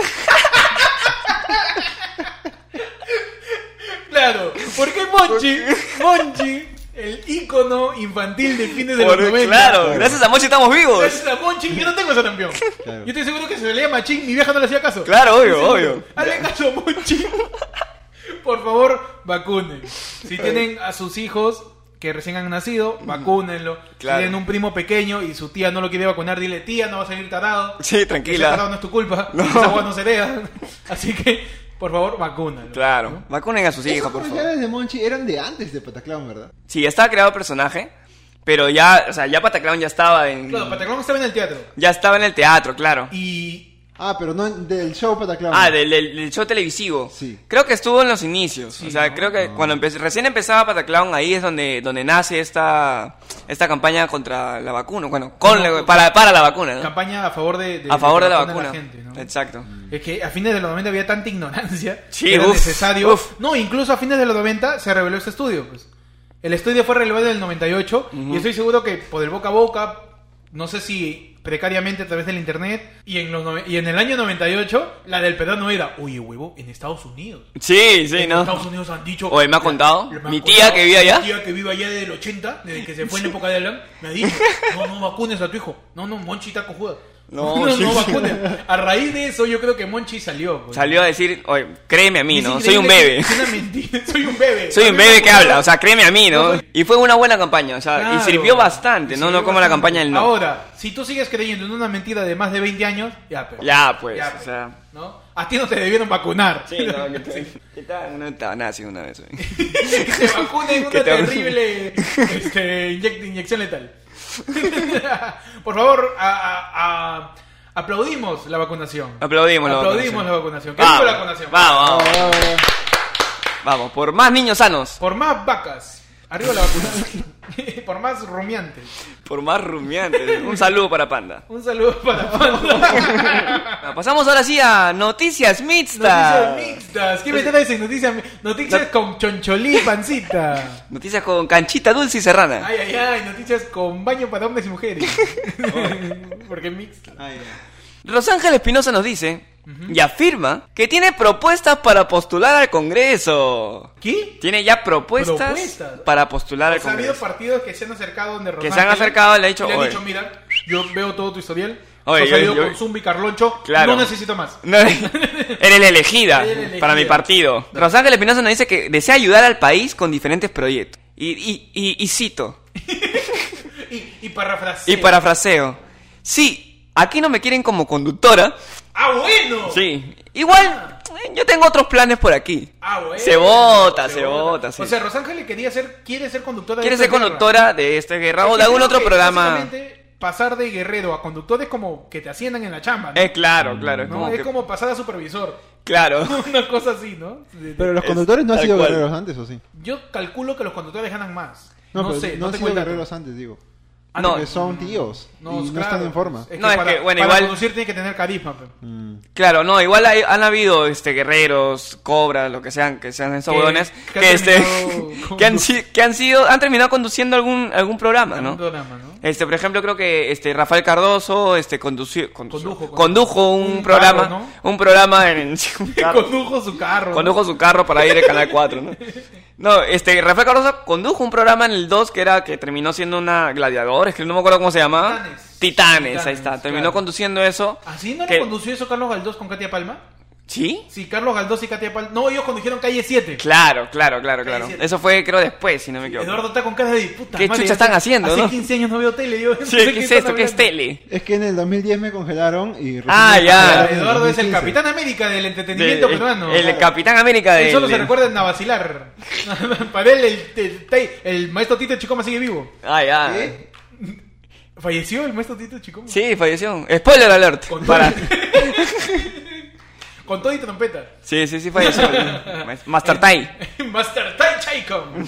claro, porque Monchi, Monchi, el ícono infantil de fines de Por- los 90. claro, gracias a Monchi estamos vivos. Gracias a Monchi, yo no tengo ese campeón. Claro. Yo estoy seguro que se leía Machín, mi vieja no le hacía caso. Claro, obvio, obvio. Hazle caso, Monchi. Por favor, vacunen. Si tienen a sus hijos que recién han nacido, vacúnenlo. Claro. Si tienen un primo pequeño y su tía no lo quiere vacunar, dile, tía, no vas a ir tarado. Sí, Que sea tarado tranquila. no es tu culpa. Esa hueá no se vea. Así que, por favor, vacúnenlo. Claro, vacunen a sus hijos, Esos por favor. comerciales de Monchi eran de antes de Pataclown, ¿verdad? Sí, ya estaba creado el personaje, pero ya, o sea, ya Pataclown ya estaba en... Claro, Patacón estaba en el teatro. Ya estaba en el teatro, claro. Y Ah, pero no del show Pataclown. Ah, del, del- del show televisivo. Sí. Creo que estuvo en los inicios. o sea, ¿no? creo que cuando empe- recién empezaba Pataclown, ahí es donde, donde nace esta, esta campaña contra la vacuna. Bueno, con la- para, para la vacuna, ¿no? campaña a favor de, Ah. A favor de la Mm. vacuna. gente, ¿no? Exacto. Es que a fines de los 90 había tanta ignorancia Sí, que era uf, necesario. uf. No, incluso a fines de los 90 se reveló este estudio. Pues. El estudio fue relevado en el 98 y estoy seguro que por el boca a boca, no sé si precariamente a través del internet, y en, los nove- y en el año 98 la del no era, oye huevo, en Estados Unidos. Sí, sí, en ¿no? Estados Unidos han dicho... Oye, me ha contado, Le- le- mi tía que vive allá. Mi tía que vive allá desde el 80, desde que se fue en la época de Alan, me ha dicho, no, no vacunes a tu hijo. No, no, Monchi está cojuda. No, no, sí, sí. vacunes. A raíz de eso yo creo que Monchi salió. pues. Salió a decir, oye, créeme a mí, Es ¿no? increíble Soy un que- bebé. es una mentira. Soy un bebé. Soy un bebé que habla, o sea, créeme a mí, No ¿no? soy- Y fue una buena campaña, o sea, y Claro. sirvió bastante, ¿no? Sirvió No como la bastante. campaña del no. Ahora, si tú sigues creyendo en una mentira de más de 20 años, ya, pero. Ya, pues, Ya, o pues. sea. ¿No? A ti no te debieron vacunar. Sí, no, que te- que te- no estaba nada así una vez. eh. oye. que te vacunen Que una te- terrible este, inyec- inyección letal. Por favor, a- a- a- aplaudimos la vacunación. Aplaudimos la Aplaudimos vacunación. la vacunación. ¿Qué Vamos, dijo la vacunación? Vamos, Ah, vamos, ah, ah. vamos, por más niños sanos, Por más vacas. Arriba la vacunación. Por más rumiantes. por más rumiantes. Un saludo para Panda. Un saludo para Panda. Ah, Pasamos ahora sí a noticias mixtas. Noticias mixtas. ¿Qué me traes en noticias mi- Noticias No- con choncholí y pancita. Noticias con canchita dulce y serrana. Ay, ay, ay. Noticias con baño para hombres y mujeres. Porque mixta. Ah, ya. Rosángel Espinosa nos dice y afirma que tiene propuestas para postular al Congreso. ¿Qué? Tiene ya propuestas, Propuestas. para postular al O sea, Pues ha habido Congreso. partidos que se han acercado donde Que se Rosángel han acercado, le ha dicho, le han "Oye". dicho, mira, yo veo todo tu historial. Oye, Oye, yo- yo, yo- con Zumbi Carloncho. Claro. No necesito más. No, eres la elegida Eres la elegida. para mi partido. Rosángel Espinosa nos dice que desea ayudar al país con diferentes proyectos. Y, y, y, y cito, Y, y parafraseo. y parafraseo. Sí, aquí no me quieren como conductora. ¡Ah, bueno! Sí. Igual, eh, yo tengo otros planes por aquí. Ah, bueno. Se vota, se vota, sí. O sea, Rosángel quería ser, quiere ser conductora ¿Quieres de ser esta guerra. conductora de esta guerra o Es de que algún creo otro que programa? básicamente, Pasar de guerrero a conductor es como que te asciendan en la chamba. ¿no? Es claro, claro. Es ¿No? Eh, como Es que- como pasar a supervisor. Claro. Una cosa así, ¿no? De- de- Pero los Es conductores no han tal sido cual. guerreros antes, ¿o sí? Yo calculo que los conductores ganan más. No, pero sé, no no han tengo sido el dato. guerreros antes, digo. Ah, No. Porque son tíos y no claro. Eh. están en forma. Es que No, es para, que, bueno, para igual- Ah, conducir tiene que tener carisma. pe. Mm. Claro, no, igual hay- han habido este guerreros, cobras, lo que sean, que sean esos Que- huevones, que que, han este terminado que han si- que han sido han terminado conduciendo algún algún programa, Un ¿no? programa, ¿no? Este, por ejemplo, creo que este Rafael Cardoso este condució, condució- Condujo, condujo un, un programa, carro, ¿no? un programa en un carro. Condujo su carro. condujo su carro para ir al canal 4, ¿no? No, este Rafael Cardoso condujo un programa en el 2 que era que terminó siendo una gladiador, es que no me acuerdo cómo se llamaba. Titanes. ahí Titanes, está. Terminó claro. conduciendo eso. ¿Así no que- lo condució eso Carlos Galdós con Katia Palma? ¿Sí? Sí, Carlos Galdós y Katia Palma. No, ellos condujeron Calle 7. Claro, claro, claro, claro. siete. Eso fue, creo, después, si no me equivoco. Eduardo está con cara de puta. ¿Qué madre, chucha están haciendo, Hace no? 15 años no veo tele. Yo Sí, no sé ¿qué es están esto? ¿Qué es hablando. tele? Es que en el 2010 me congelaron y... recién Ah, me ya. congelaron Claro, en Eduardo es el 2015. Capitán América del entretenimiento De- el- peruano. el, Claro. Capitán América de... Él solo se de- recuerda en Navacilar. Para él, el, el- el- el maestro Tito Chicoma sigue vivo. Ah, ya. ¿Qué? ¿Falleció el maestro Tito Chicoma? Sí, falleció. Spoiler alert. Con todo, Para... con todo y trompeta. Sí, sí, sí, falleció. Master Tai. Master Time Chaikom. ¿no?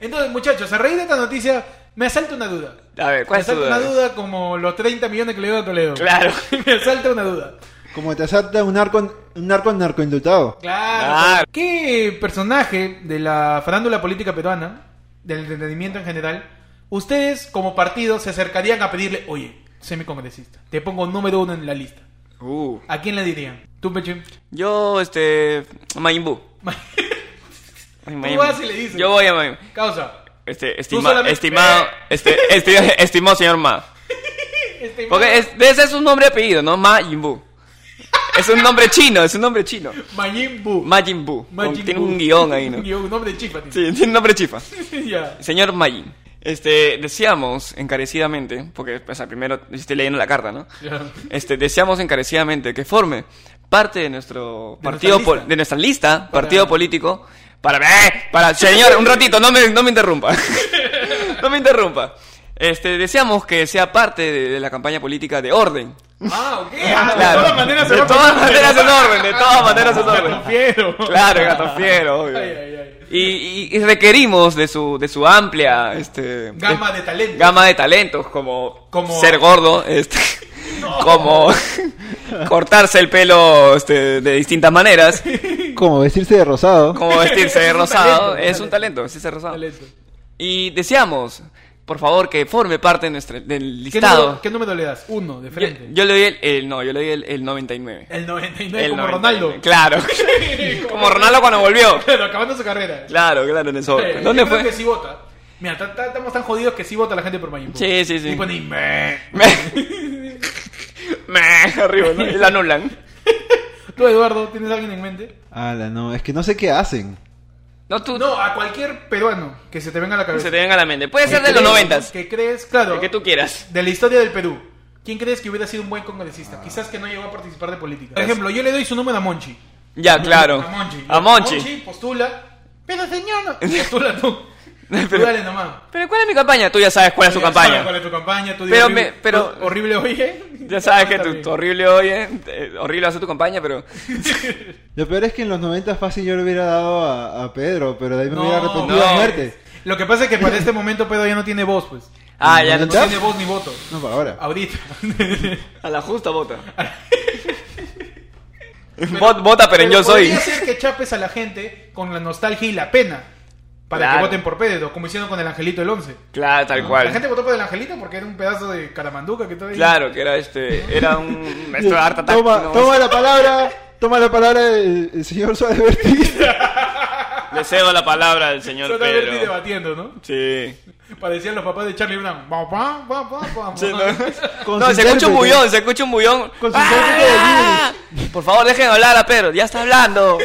Entonces, muchachos, a raíz de esta noticia, me asalta una duda. A ver, Me ¿cuál es tu asalta una duda? duda como los 30 millones que le dio a Toledo. Claro. Me asalta una duda. Como te asalta un narco, un narco narcoindultado. Claro. Claro. ¿Qué personaje de la farándula política peruana, del entretenimiento en general, ustedes como partido se acercarían a pedirle, oye, sé mi congresista, te pongo número uno en la lista? Uh. ¿A quién le dirían? ¿Tú, Peche? Yo, este... Mayimbu. vas y le dices. Yo voy a Mayimbu. Causa. Este, solamente- estimado, estimado, este, este, estimado señor Ma. Este Porque es- ese es un nombre y apellido, ¿no? Ma Yimbu. Es un nombre chino, es un nombre chino. Majin Buu. Majin Buu. Majin Tiene Buu. un guión ahí, ¿no? Un guión, un nombre de chifa. tiene. Sí, tiene nombre chifa. ya. Señor Majin. Este, deseamos encarecidamente, porque o sea, primero estoy leyendo la carta, ¿no? ya. Este, deseamos encarecidamente que forme parte de nuestro De partido, nuestra pol- lista. de nuestra lista, partido político, para, ¡Eh! para, señor, un ratito, no me, no me interrumpa. no me interrumpa. Este, deseamos que sea parte de, de la campaña política de orden. Ah, ok. Claro. De todas maneras, De se va todas por- maneras en orden, de todas maneras en orden. Confiero. Claro, gato fiero, obvio. Ay, ay, ay. Y, y- y requerimos de su, de su amplia este, Gama de talento. gama de talentos, como, Como- ser gordo, este, como cortarse el pelo este, de distintas maneras, Como vestirse de rosado. como vestirse de Es un rosado. talento, Es un talento. talento, vestirse de rosado. Talento. Y deseamos, por favor, que forme parte de nuestra- del ¿Qué número, listado. ¿Qué número le das? Uno, de Yo, frente. yo le doy el, el- no, yo le doy el, el 99. el 99 El como 99, Ronaldo. Claro. como Ronaldo cuando volvió. Claro, acabando su carrera. Claro, claro, en eso. Eh, ¿Dónde yo creo fue? que sí vota. Mira, ta- ta- estamos tan jodidos que sí vota la gente por Mayimbo. Sí, sí, sí. Y pone, "Meh". Me- Me- arriba, ¿no? Y la anulan. Tú, Eduardo, ¿tienes alguien en mente? Ala, no, es que no sé qué hacen. No, tú No, a cualquier peruano que se te venga a la cabeza. se te venga a la mente. Puede ser Que de los crees- noventas. Este, Que crees, claro. El que tú quieras. de la historia del Perú. ¿Quién crees que hubiera sido un buen Ah. congresista? Quizás que no llegó a participar de política. Por ejemplo, yo le doy su número a Monchi. Ya, Ah, claro. A Monchi. A Monchi. postula. Pero señor, no. Postula tú. Pero- Tú dale nomás. Pero ¿cuál es mi campaña? Tú ya sabes cuál es su Ya sabes ¿Cuál campaña. es tu campaña? Tú di Pero horrible, me- pero- tú horrible ¿eh? oye. Ya sabes que tu, También. tu horrible oye, eh, horrible hace tu campaña, pero Lo peor es que en los 90 fácil yo le hubiera dado a, a Pedro, pero de ahí me hubiera arrepentido no. a muerte. Lo que pasa es que para este momento Pedro ya no tiene voz, pues. ah, ya no No ¿Ya? tiene voz ni voto. No, para ahora. Ahorita. a la justa vota. Vot- vota, pero, en yo soy. Podría ser que chapes a la gente con la nostalgia y la pena para que Claro. voten por Pedro, como hicieron con el Angelito del 11. Claro, tal La cual. gente votó por el Angelito porque era un pedazo de caramanduca que todavía. Claro, que era este, era un maestro de arte ataque, Toma, ¿no? toma la palabra, toma la palabra el, el señor Suárez Bertiz. Le cedo la palabra al señor Son a Berti Pedro. debatiendo, ¿no? Sí. Parecían los papás de Charlie Brown. Pa, pa, pa, pa, pa. Sí, no, Con No, su se escucha un intérprete. bullón, se escucha un bullón. ¡Ah! Con su intérprete de Por favor, dejen hablar a Pedro, ya está hablando.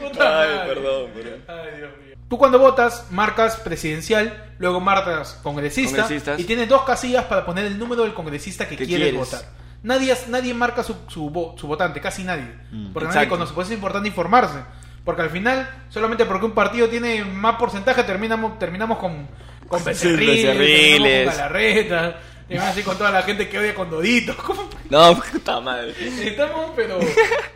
Puta madre. Ay, Dios mío. Tú cuando votas, marcas presidencial, luego marcas congresista Congresistas. y tienes dos casillas para poner el número del congresista que Que quieres, quieres. votar. Nadie, nadie marca su, su, vo- su votante, casi nadie. Porque nadie Mm, Exacto. conoce. Por eso es importante informarse. Porque al final, solamente porque un partido tiene más porcentaje, terminamos, terminamos con, con Sí, becerriles, terminamos becerriles. con galarretas, terminamos así con toda la gente que odia con doditos. ¿Cómo? No, puta madre. Estamos, pero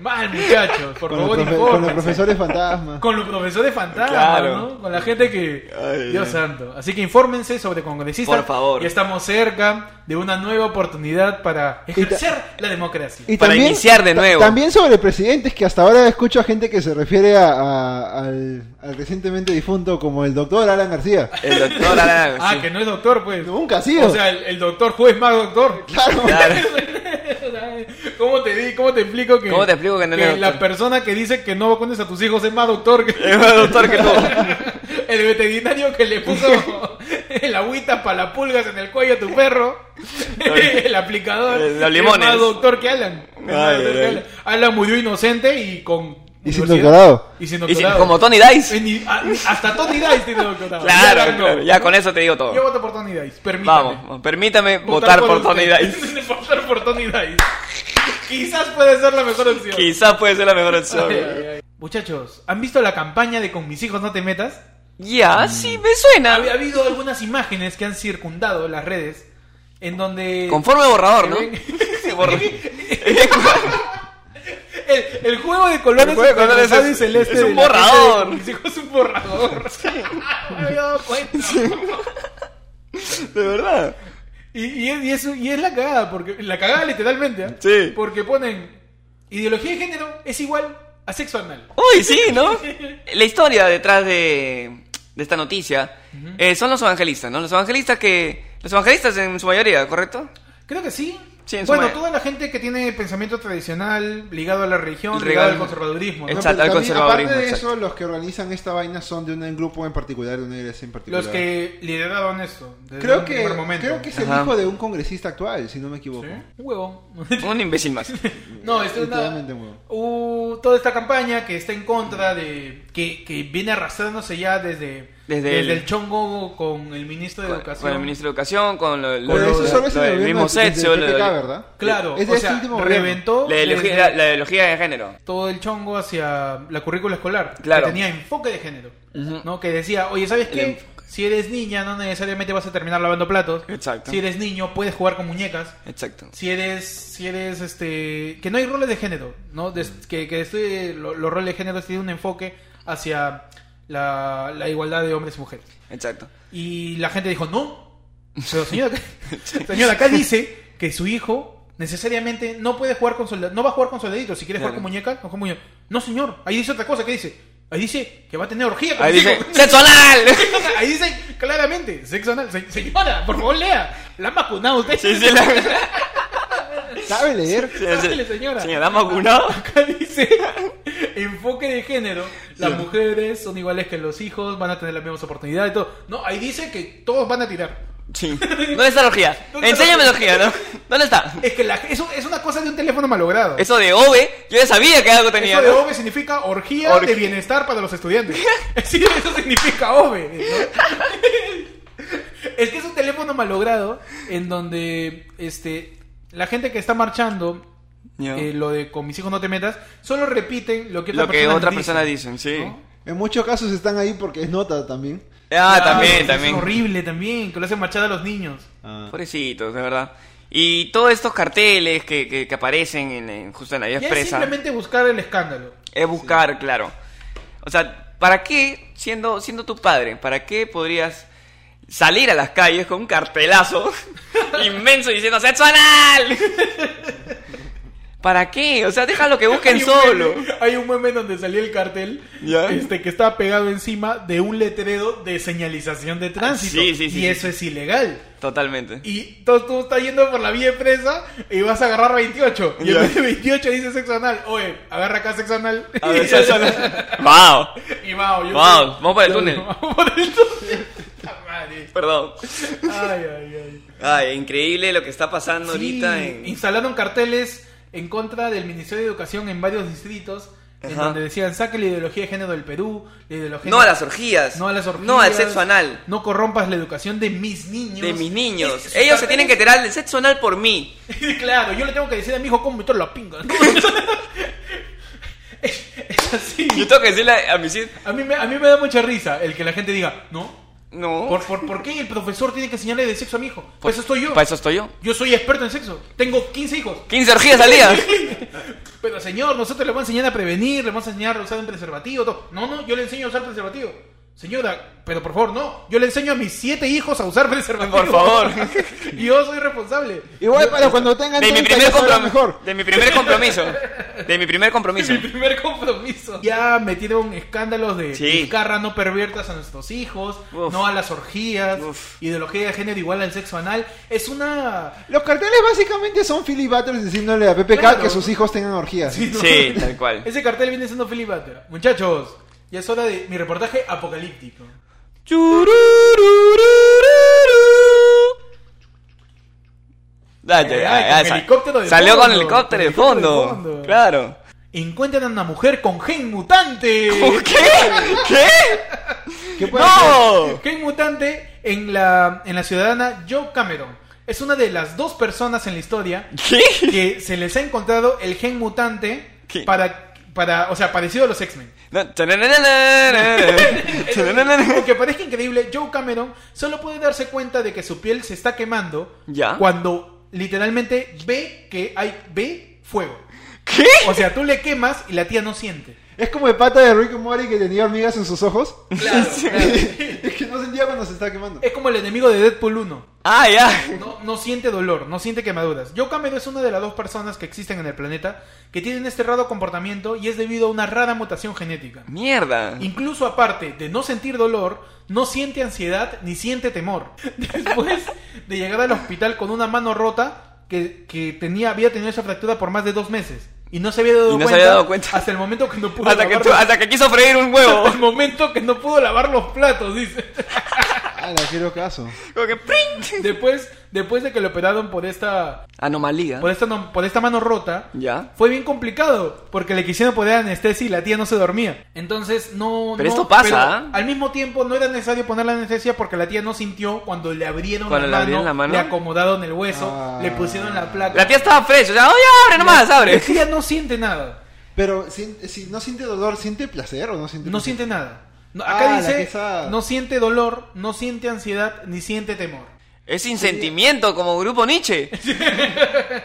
mal, muchachos. Por Con los, favor, profe- con los infórmense. profesores fantasmas. Con los profesores fantasmas, Claro. ¿no? Con la gente que... Ay, Dios ay. santo. Así que infórmense sobre congresistas. Por favor. Y estamos cerca de una nueva oportunidad para ejercer la democracia. Y Para iniciar de ta- nuevo. También sobre presidentes, que hasta ahora escucho a gente que se refiere a, a- al, al recientemente difunto como el doctor Alan García. El doctor Alan. Ah, sí. que no es doctor, pues. Nunca ha sido. O sea, el, el doctor juez más doctor. claro. Claro. ¿Cómo te, di, ¿Cómo te explico que, ¿Cómo te explico que no eres la doctor? persona que dice que no vacunes a tus hijos es más doctor que Es más doctor que tú. el veterinario que le puso el agüita para las pulgas en el cuello a tu perro? el aplicador Eh, Los es limones. más doctor que Alan. Es más Ay, doctor que ay, Alan. Alan murió inocente y con... Y sin universidad. doctorado. Y sin Y si- doctorado. como Tony Dice. Eh, ni- a- ni- hasta Tony Dice tiene doctorado. Ya Claro, ganó. claro, ya con eso te digo todo. Yo voto por Tony Dice, permítame. Vamos, permítame votar por Tony usted. Dice. votar por Tony Dice. Quizás puede ser la mejor opción. Quizás puede ser la mejor Ay, opción. ay, ay. Muchachos, ¿han visto la campaña de con mis hijos no te metas? Ya, sí, me suena. Había habido algunas imágenes que han circundado las redes en donde Conforme borrador, ¿no? Eh, Sí, borra- el, el juego de colores, El juego de colores rosado y es- celeste es de un la gente de borrador. Con mis hijos es un borrador. Me había dado cuenta. De verdad. Y, y es, y es- y es la cagada, porque la cagada literalmente. ¿ah? Sí. Porque ponen ideología de género es igual a sexo anal. Uy, sí, ¿no? La historia detrás de, de esta noticia eh, son los evangelistas, ¿no? Los evangelistas que... Los evangelistas en su mayoría, ¿correcto? Creo que sí. Sí, en su bueno, mayoría. toda la gente que tiene pensamiento tradicional ligado a la religión, ligado, Ligado al al- conservadurismo. ¿no? Exacto, al Pero también, conservadurismo, Aparte de exacto. eso, los que organizan esta vaina son de un grupo en particular, de una iglesia en particular. Los que lideraron esto. desde Creo un que, primer momento. creo que es Ajá. el hijo de un congresista actual, si no me equivoco. ¿Sí? Un huevo. Un imbécil más. no, esto es una- Literalmente, huevón. Uh, toda esta campaña que está en contra de. que, que viene arrastrándose ya desde. Desde desde el- el, chongo con el ministro de Con, educación. con el ministro de Educación, con lo, lo- Pero lo- eso solo es lo en el del gobierno mismo del- del sexo, lo- PPK, ¿verdad? Claro, Es de o este sea, último gobierno. reventó la ideología, desde la- la ideología de género. todo el chongo hacia la currícula escolar. Claro. Que tenía enfoque de género. Ujú. ¿no? Que decía, oye, ¿sabes El qué? enfoque. Si eres niña, no necesariamente vas a terminar lavando platos. Exacto. Si eres niño, puedes jugar con muñecas. Exacto. Si eres, si eres, este, que no hay roles de género, ¿no? Des- que que este- lo- los roles de género tienen un enfoque hacia la, la igualdad de hombres y mujeres. Exacto. Y la gente dijo, no. Pero señora, señora, acá dice que su hijo necesariamente no puede jugar con soldaditos. No va a jugar con soldaditos. Si quiere jugar Claro. con muñeca, no juega con muñeca. No, señor. Ahí dice otra cosa. ¿Qué dice? Ahí dice que va a tener orgía con Ahí su dice, hijo. ¡sexo anal! Ahí dice claramente, sexo anal. Se- señora, por favor, lea. La han vacunado usted. Sí, sí, la... ¿Sabe leer? Dale, señora. Señora, ¿me ha vacunado? Acá dice, enfoque de género, las mujeres son iguales que los hijos, van a tener las mismas oportunidades y todo. No, ahí dice que todos van a tirar. Sí. ¿Dónde está la orgía? ¿Dónde está Enséñame la la orgía, ¿no? ¿Dónde está? Es que la- eso es una cosa de un teléfono malogrado. Eso de OVE, yo ya sabía que algo tenía. Eso de ¿no? OVE significa orgía Orgía. de bienestar para los estudiantes. Sí, eso significa OVE. ¿no? Es que es un teléfono malogrado en donde este la gente que está marchando, Ya. eh, lo de con mis hijos no te metas, solo repiten lo que otra Lo que persona otras dice, personas dicen, sí. ¿no? En muchos casos están ahí porque es nota también. Claro, Ah, eso también, es también. horrible también, que lo hacen marchar a los niños. Ah. Pobrecitos, de verdad. Y todos estos carteles que, que, que aparecen en, en- justo en la vía Ya es expresa simplemente buscar el escándalo. es buscar, claro. O sea, ¿para qué, siendo, siendo tu padre, para qué podrías salir a las calles con un cartelazo inmenso diciendo ¡Sexo anal! ¿Para qué? O sea, déjalo que busquen Hay un solo. meme- hay un meme donde salía el cartel Ya. este que estaba pegado encima de un letrero de señalización de tránsito. sí, sí, sí, y sí, eso es ilegal. Totalmente. Y tú, tú estás yendo por la vía presa y vas a agarrar 28. Y Ya. en vez de 28 dice sexo anal. Oye, agarra acá sexo anal. A ver, sexo anal. ¡Wow! Y vamos, yo Vamos, vamos por el túnel. Vamos por el túnel. Puta madre. Perdón. Ay, ay, ay. Ay, increíble lo que está pasando Sí, ahorita en... instalaron carteles en contra del Ministerio de Educación en varios distritos en Ajá. donde decían saque la ideología de género del Perú, la ideología No a las orgías. no a las orgías, No al sexo anal. no corrompas la educación de mis niños, De mis niños. Es- Ellos se carteles- tienen que enterar del sexo anal por mí. claro, yo le tengo que decir a mi hijo cómo meter la pinga. es, es así. Yo tengo que decirle a mis hijos... A mí, me, a mí me da mucha risa el que la gente diga, no, No. ¿Por, por, por qué el profesor tiene que enseñarle de sexo a mi hijo? Pues eso estoy yo. Para eso estoy yo. Yo soy experto en sexo. Tengo 15 hijos. 15 orgías al día. Pero señor, nosotros le vamos a enseñar a prevenir, le vamos a enseñar a usar un preservativo. todo. No, no, yo le enseño a usar preservativo. Señora, pero por favor, no. Yo le enseño a mis siete hijos a usar preservativo. Por favor. yo soy responsable. Igual para cuando tengan De mi 30 primer ya sabrán comprom- mejor. De mi primer compromiso. De mi primer compromiso. Mi primer compromiso. Ya metieron escándalos de Sí. Vizcarra, no perviertas a nuestros hijos, Uf. no a las orgías, Uf. ideología de género igual al sexo anal. Es una... Los carteles básicamente son Philly Butters diciéndole a PPK Claro. que sus hijos tengan orgías. Sí, tal cual. Ese cartel viene siendo Philip Butler. Muchachos, ya es hora de mi reportaje apocalíptico. Dale, Ay, ay, con ay, sa- helicóptero de Salió con fondo, helicóptero de con helicóptero de fondo. fondo. Claro. Encuentran a una mujer con gen mutante. ¿Qué? ¿Qué? ¿Qué puede ser? ¡No! Gen mutante en la, en la ciudadana Joe Cameron. Es una de las dos personas en la historia ¿Qué? que se les ha encontrado el gen mutante ¿Qué? para para o sea parecido a los X-Men. No, chananana, chananana. Aunque parezca increíble, Joe Cameron solo puede darse cuenta de que su piel se está quemando Ya. cuando literalmente ve que hay ve fuego. ¿Qué? O sea, tú le quemas y la tía no siente. Es como el pata de Rick and Morty que tenía hormigas en sus ojos. es que no sentía cuando se estaba quemando. Es como el enemigo de Deadpool 1. Ah, ya. No, no siente dolor, no siente quemaduras. Joe Cameron es una de las dos personas que existen en el planeta que tienen este raro comportamiento y es debido a una rara mutación genética. Mierda. Incluso aparte de no sentir dolor, no siente ansiedad ni siente temor. Después de llegar al hospital con una mano rota que, que tenía, había tenido esa fractura por más de dos meses y no se había dado, Y no se cuenta, había dado cuenta. hasta el momento que no pudo Hasta que, lavar tú- los- hasta que quiso freír un huevo. hasta el momento que no pudo lavar los platos, dice. Ah, la quiero caso. Como que ¡pring! Después, después de que lo operaron por esta, Anomalía. por esta, no- por esta mano rota, Ya. fue bien complicado porque le quisieron poner anestesia y la tía no se dormía. Entonces no. Pero no- esto pasa, ¿ah? Al mismo tiempo no era necesario poner la anestesia porque la tía no sintió cuando le abrieron, Cuando la, mano, le abrieron la mano. le acomodaron el hueso, Ah. le pusieron la placa. La tía estaba fresh. O sea, oye, abre nomás, La abre. tía no siente nada. Pero si, si no siente dolor, ¿siente placer o no siente No placer? siente nada. No, Ah, acá la que dice esa- no siente dolor, no siente ansiedad ni siente temor. Es sin sentimiento, como grupo Nietzsche.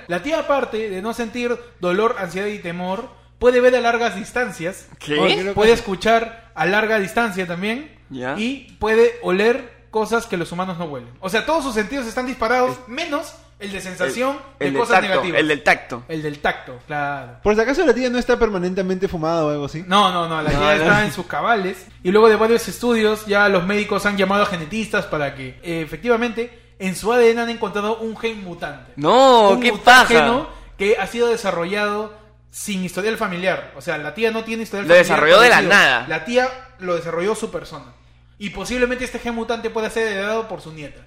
La tía aparte de no sentir dolor, ansiedad y temor puede ver a largas distancias. Porque ¿Qué? lo- puede escuchar a larga distancia también Ya. y puede oler cosas que los humanos no huelen. O sea, todos sus sentidos están disparados, menos el de sensación de del cosas tacto, negativas. El del tacto. El del tacto, claro. Por si acaso la tía no está permanentemente fumada o algo así. No, no, no, la tía no. está en sus cabales. Y luego de varios estudios, ya los médicos han llamado a genetistas para que, eh, efectivamente, en su ADN han encontrado un gen mutante. No, un Oh, qué mutágeno paja. que ha sido desarrollado sin historial familiar. O sea, la tía no tiene historial Lo familiar. desarrolló de la conocido. nada. La tía lo desarrolló su persona. Y posiblemente este gen mutante pueda ser heredado por su nieta.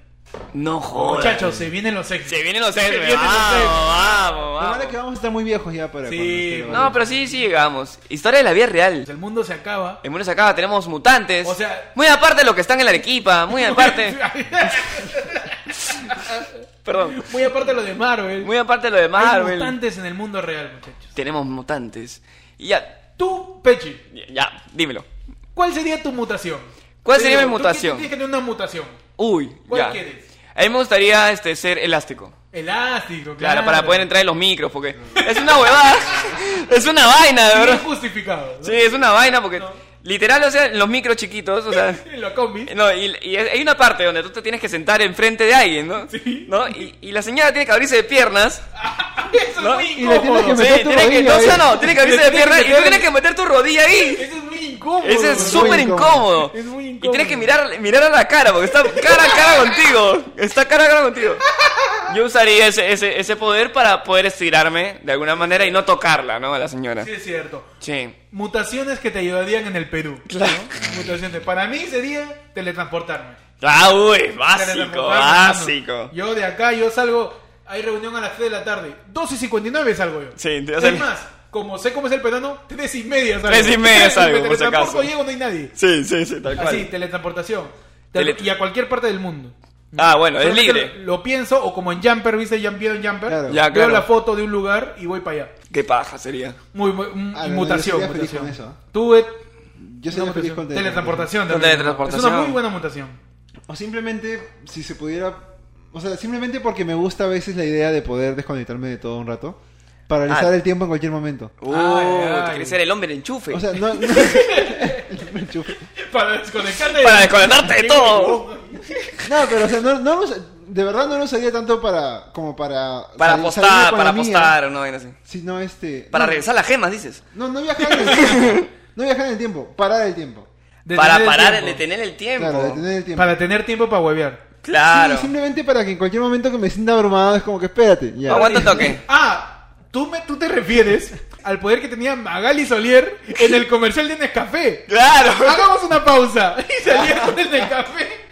No jodas. Muchachos, se vienen los ex. Se vienen los Se héroes. vienen los Vamos, héroes. vamos, Lo vamos. malo es que vamos a estar muy viejos ya para Sí, cuando esté la- No, pero sí, sí llegamos. Historia de la vida real. El mundo se acaba. En Buenos acá tenemos mutantes. O sea- muy aparte de los que están en la Arequipa, muy aparte. perdón. Muy aparte de lo de Marvel. Muy aparte de lo de Hay Marvel. mutantes en el mundo real, muchachos. Tenemos mutantes. Y ya, Tú, Pechi, ya, dímelo. ¿cuál sería tu mutación? ¿Cuál Te sería digo, mi tú mutación? Tienes que tener una mutación. Uy, ¿Cuál ya. quieres? A mí me gustaría este, ser elástico. Elástico, Claro, claro. para poder entrar en los micros, porque es una huevada. es una vaina, de Bien verdad. justificado. ¿no? Sí, es una vaina, porque No. literal, o sea, en los micros chiquitos, o sea. En la combi. No, y, y hay una parte donde tú te tienes que sentar enfrente de alguien, ¿no? Sí. Ah, ¿No? Y, y la señora tiene que abrirse de piernas. Eso ¿No? es muy Y le tienes que incómodo. Sí, meter tu tiene que, rodilla no, o sea, ahí. no, tiene que Le abrirse tienes de que piernas y tú meter- tienes que meter tu rodilla ahí. Eso es muy incómodo. Ese es muy súper incómodo. incómodo. Es muy Y incómodo. tienes que mirar, mirar a la cara, porque está cara a cara contigo. Está cara a cara contigo. Yo usaría ese, ese, ese poder para poder estirarme de alguna manera y no tocarla, ¿no? A la señora. Sí, es cierto. Sí. Mutaciones que te ayudarían en el Perú. Claro. ¿no? Mutaciones. Para mí sería teletransportarme. Ah, uy, básico, Teletransportarme, hermano. básico. Yo de acá, yo salgo. Hay reunión a las 3 de la tarde. 2 y 59 salgo yo. Sí, te vas a- Es más, como sé cómo es el peruano, 3 y media salgo. Tres y media salgo, Me por si teletransporto, acaso. llego, no hay nadie. Sí, sí, sí, tal Así, teletransportación. Tele- Y a cualquier parte del mundo. Ah, bueno, es Solamente libre. Lo, lo pienso, o como en Jumper, ¿viste? Jumper, Jumper. Claro. Ya, Veo claro. la foto de un lugar y voy para allá. Qué paja sería. Muy, muy- un- Ah, no, mutación. yo sería feliz mutación. con eso, ¿eh? Tú, Ed, Yo sería una feliz mutación. con teletransportación. Con también. teletransportación. Es una muy buena mutación. O simplemente, si se pudiera... O sea, simplemente porque me gusta a veces la idea de poder desconectarme de todo un rato. Paralizar Ah. el tiempo en cualquier momento. Uh, Ay, tú quieres ser el hombre del enchufe. O sea, no... no- me enchufé. Para desconectarte. para desconectarte de todo. No, pero o sea, no, no lo usa- de verdad no lo usaría tanto para como para Para sal- salirme apostar, con para la mía, apostar, una vaina así. sino este Para no, regresar las gemas, dices. No, no viajar en el tiempo. No viajar en el tiempo, parar el tiempo. Detener Para el parar, tiempo. detener el tiempo. Claro, detener el tiempo. Para tener tiempo para huevear. Claro. Sí, simplemente para que en cualquier momento que me sienta abrumado es como que espérate, ya. Aguanta un toque. Ah, tú, me, tú te refieres al poder que tenía Magali Solier en el comercial de Nescafé. Claro. Hagamos una pausa. Y salía con el Nescafé.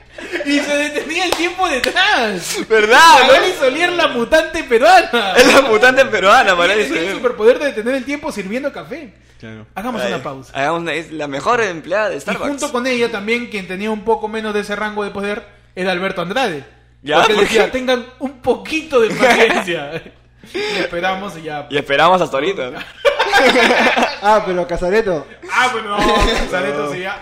Y se detenía el tiempo detrás. ¿Verdad? Magali Solier, la mutante peruana. ¿no? Es la mutante peruana, para Tiene eso. el superpoder de detener el tiempo sirviendo café. Claro. Hagamos una pausa. Hagamos una- es la mejor empleada de Y Starbucks. junto con ella también, quien tenía un poco menos de ese rango de poder, era Alberto Andrade. Ya, porque él ¿por decía, qué? tengan un poquito de paciencia. Y esperamos y ya. Y esperamos hasta ahorita. Ah, pero Casareto. Ah, bueno, no, Casareto sí ya.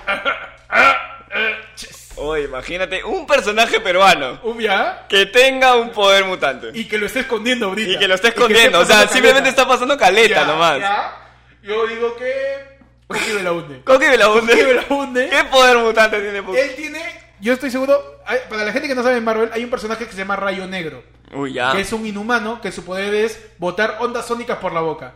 Oye, imagínate un personaje peruano Un ya. que tenga un poder mutante. Y, Y que lo esté escondiendo ahorita. que lo esté Y que escondiendo. o esté sea, pasando simplemente caleta. está pasando caleta Ya, nomás. ya. Yo digo que. Coqui me la hunde. Coqui me la Coqui me hunde. la hunde. Eh, ¿Qué poder mutante tiene? pu- Él tiene. Yo estoy seguro. hay- Para la gente que no sabe en Marvel, hay un personaje que se llama Rayo Negro. Uy, ya. que es un inhumano que su poder es botar ondas sónicas por la boca.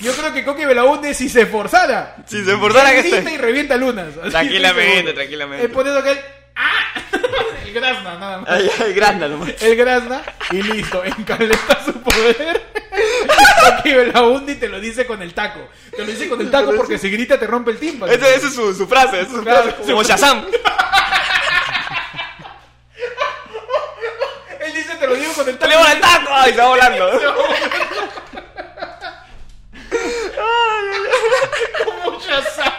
Yo creo que Coque Belaunde, si se esforzara, Si se forzara que grita esté- y revienta lunas. Así Tranquilamente, estoy seguro. tranquilamente. Es por eso que él. ¡Ah! El Grasna, nada más. Ay, ay, grande nomás. El Grasna, y listo, encaleta su poder. Coque Belaunde y te lo dice con el taco. Te lo dice con el taco porque si grita te rompe el tímpano. Esa esa es su, su frase, esa es su Claro. frase. Como Shazam. Él dice, te lo digo con el ¡Te taco. le voy al taco! ¡Ay, se va volando! Como Shazam.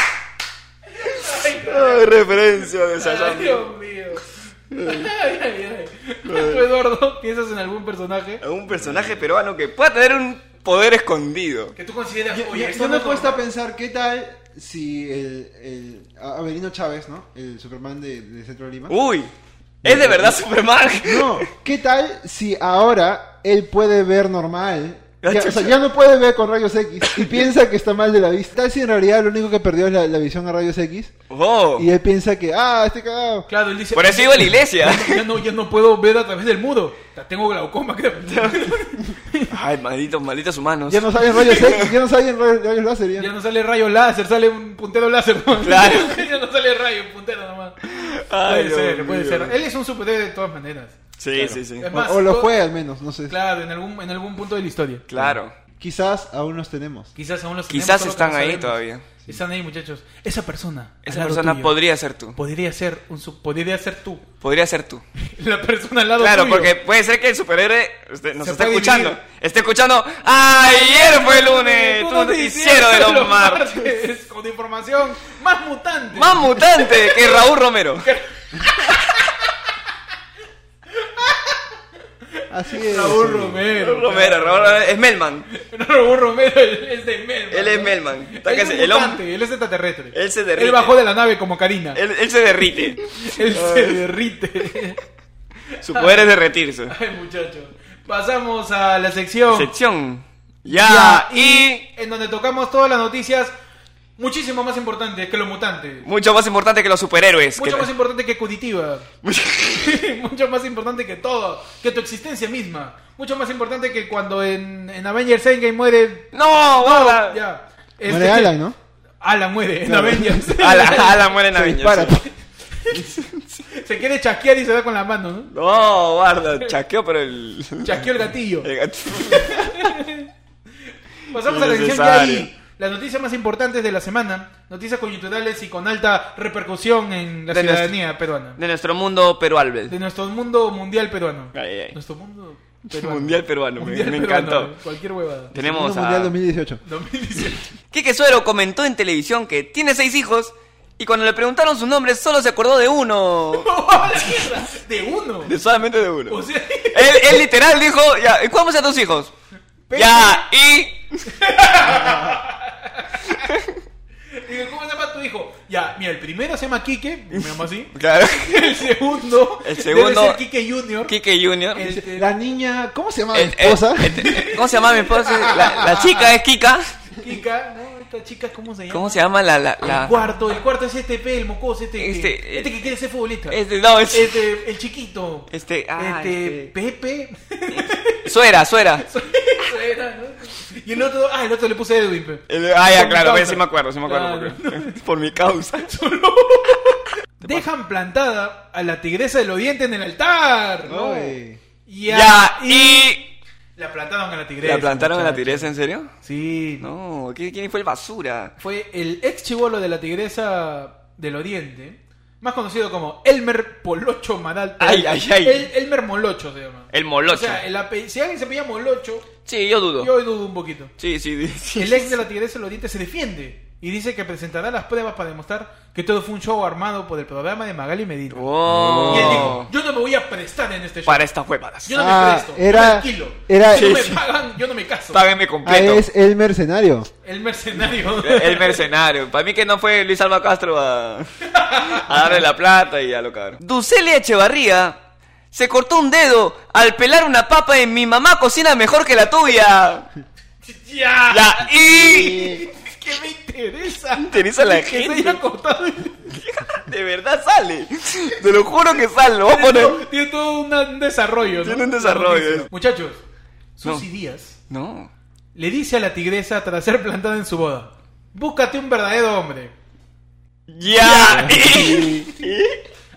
Ay, no. Ay, referencia de Ay, Dios mío. Ay, ay, ay. ¿Tú, Eduardo, piensas en algún personaje Un personaje peruano que pueda tener un poder escondido. que tú consideras. Yo, oye, yo- esto yo no me he puesto a pensar qué tal si el, el a- Avelino Chávez, ¿no? El Superman de, de Centro de Uh. Lima. ¡Uy! ¿Es de verdad Superman? No, ¿qué tal si ahora él puede ver normal? Ah, Ya, o chucha. sea, ya no puede ver con rayos X y piensa que está mal de la vista. ¿Qué Tal si en realidad lo único que perdió es la, la visión a rayos X ¡Oh! y él piensa que, ah, este cagado. Claro, él dice. Por eso iba a la iglesia. Ya no, ya no puedo ver a través del muro. Ya Tengo glaucoma, creo. Ay, malditos, malditos humanos. Ya no salen rayos X, ya no salen rayos, rayos láser. ya. Ya no sale rayo láser, sale un puntero láser. nomás. Claro. ya no sale rayo, un puntero nomás. Ay, puede Dios ser, puede mío. ser. Él es un superhéroe de todas maneras. Sí, sí, sí. Es O- más, o, lo todo- fue al menos, no sé. Claro, en algún, en algún punto de la historia. Claro. Quizás aún los tenemos. Quizás aún los Quizás tenemos, solo que están no ahí sabemos. todavía. Están ahí, muchachos. Esa persona. al Esa lado persona tuyo, podría ser tú. podría ser un sub- podría ser tú. Podría ser tú. La persona al lado Claro, tuyo. porque puede ser que el superhéroe este, nos Se esté puede escuchando. dividir. Esté escuchando. Ayer fue el lunes. Eh, Tú Tú no no te te hicieron de los martes. Con información más mutante. Más mutante que Raúl Romero. Así es. Raúl sí. Romero. Raúl Romero, Raúl Romero. Es Melman. Raúl Romero es de Melman. Él es Melman. Está Él es casi- un el hom- mutante, él es extraterrestre. Él se derrite. Él bajó de la nave como Karina. Él, Él, él se derrite. se derrite. Su poder es derretirse. Ay, muchachos. Pasamos a la sección. Sección. Ya, Ya, y... En donde tocamos todas las noticias muchísimo más importantes que los mutantes. Mucho más importante que los superhéroes. Mucho que- más importante que Curitiba. Mucho más importante que todo. Que tu existencia misma. Mucho más importante que cuando en, en Avengers Endgame muere. No, guarda. Ya. Muere Este- Alan, ¿no? Alan muere en Claro. Avengers. Ala, ala, muere en Se Avengers. dispara. Se quiere chasquear y se da con la mano, ¿no? No, guarda, chaqueo, pero el... Chasqueó el gatillo. el gato- Pasamos a la sección de Innecesario. ahí. Las noticias más importantes de la semana. Noticias coyunturales y con alta repercusión en la De nuestro- ciudadanía peruana. De nuestro mundo peruano. De nuestro mundo mundial peruano. Ay, ay. Nuestro mundo Mundial peruano, me- Mundial me peruano, encantó. Cualquier huevada. Tenemos Mundo Mundial a... 2018. 2018. Quique Suero comentó en televisión que tiene seis hijos y cuando le preguntaron su nombre solo se acordó de uno. ¡Oh, la mierda! De uno. De solamente de uno. O sea, Él, él literal dijo, ya, ¿y cuándo sean tus hijos? Pero- Ya, y... digo, ¿cómo se llama tu hijo? Ya, mira, el primero se llama Quique, me llamo así. Claro. El segundo, El segundo- debe ser Quique Junior. Kike Junior. El- Dice, La niña, ¿cómo se llama la Eh, eh, esposa? eh, ¿Cómo se llama mi esposa? La, la chica es Kika. Kika, no, esta chica, ¿cómo se llama? ¿Cómo se llama la... la, la- El cuarto, el cuarto es este P, el mocoso, este, Este, que, este que quiere ser futbolista. Este, no, es- Este, el chiquito. Este, ah, Este, Pepe. Suera, Suera. Eso era, ¿no? Y el otro, ah, el otro le puse Edwin. pe. El- ah, ya, Por mi claro, causa. sí me acuerdo, sí me acuerdo. Claro. porque- por mi causa. Dejan plantada a la tigresa del oriente en el altar. ¿no? Ay. Ya, Ya, y... y... La plantaron a la tigresa. ¿La plantaron en la muchacho. tigresa, en serio? Sí. No, ¿quién, quién fue el basura? Fue el ex chivolo de la tigresa del oriente, más conocido como Elmer Polocho Maralta. Ay, ay, ay. El- Elmer Molocho se llama. El molocho. O sea, el ape- si alguien se pilla Molocho, sí, yo dudo. yo dudo un poquito. Sí, sí, sí. El ex de la Tigresa del Oriente se defiende y dice que presentará las pruebas para demostrar que todo fue un show armado por el programa de Magali Medina. Wow. Y él dijo, yo no me voy a prestar en este show. Oh. Para estas huevadas. Yo no Ah, me presto. era- yo me alquilo. era- Si no me Sí, sí. pagan, yo no me caso. Págame Ah, completo. es el mercenario. El mercenario. El mercenario. Para mí que no fue Luis Alba Castro a, a darle la plata y a lo cabrón. Ducelia Echevarría se cortó un dedo al pelar una papa en mi mamá cocina mejor que la tuya. ya. La I. ¿Qué me interesa? Me interesa la que se gente. haya cortado. De verdad sale. Te lo juro que sale. Lo voy a Tiene, poner. todo- tiene todo un- un desarrollo. ¿no? Tiene un desarrollo. eh. Buenísimo. Muchachos, Susy No. Díaz No. le dice a la tigresa tras ser plantada en su boda: Búscate un verdadero hombre. Ya. I.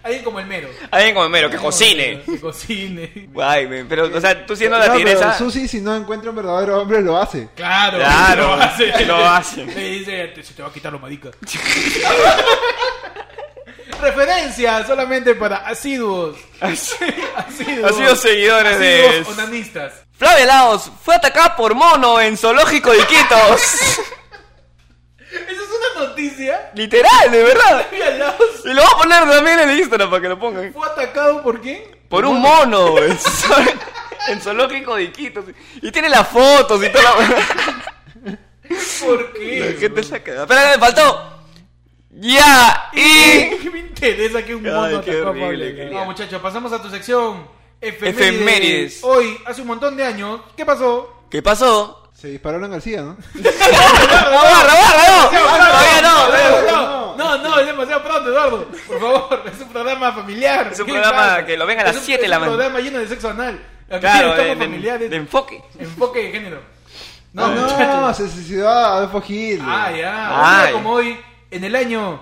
Alguien como el mero. Alguien como mero que cocine. Que cocine. Ay, men, pero, o sea, tú siendo la No, pero tigresa. Susi, si no encuentra un verdadero hombre, lo hace. Claro, Claro, lo hace. lo hace. Le dice, "Te- se te va a quitar lo madica. Referencia solamente para asiduos. asiduos. Asiduos seguidores de- Asiduos onanistas. Flavia Laos fue atacada por mono en Zoológico de Iquitos. Esa es una noticia. Literal, de verdad. Mira, Laos Y lo voy a poner también en el Instagram para que lo pongan. fue atacado por quién? Por un mono en, Zool- en Zoológico de Iquitos. Y tiene las fotos y todo. ¿Por qué? La gente se ha quedado. Espera, me faltó. Ya. Y. ¿Qué me interesa que un mono Ay, qué atacó a Pablo? horrible, qué No, genial. muchachos, pasamos a tu sección. Efemérides. Efemérides. Hoy, hace un montón de años, ¿qué pasó? ¿Qué pasó? Se disparó en García, ¿no? ¡No, barra, barra, no! Todavía no, no. no, no, no, es demasiado pronto, Eduardo. Por favor, es un programa familiar. Es un ¿Qué programa pasa? que lo ven a las Es un- siete de la Es mañana. un programa lleno de sexo anal. Aquí Claro, de, estamos de- familiares. de enfoque. Enfoque de género. No, Ah, no, muchachos. se suicidó Adolfo Hitler. Ah, ya. Ay. Un día como hoy, en el año.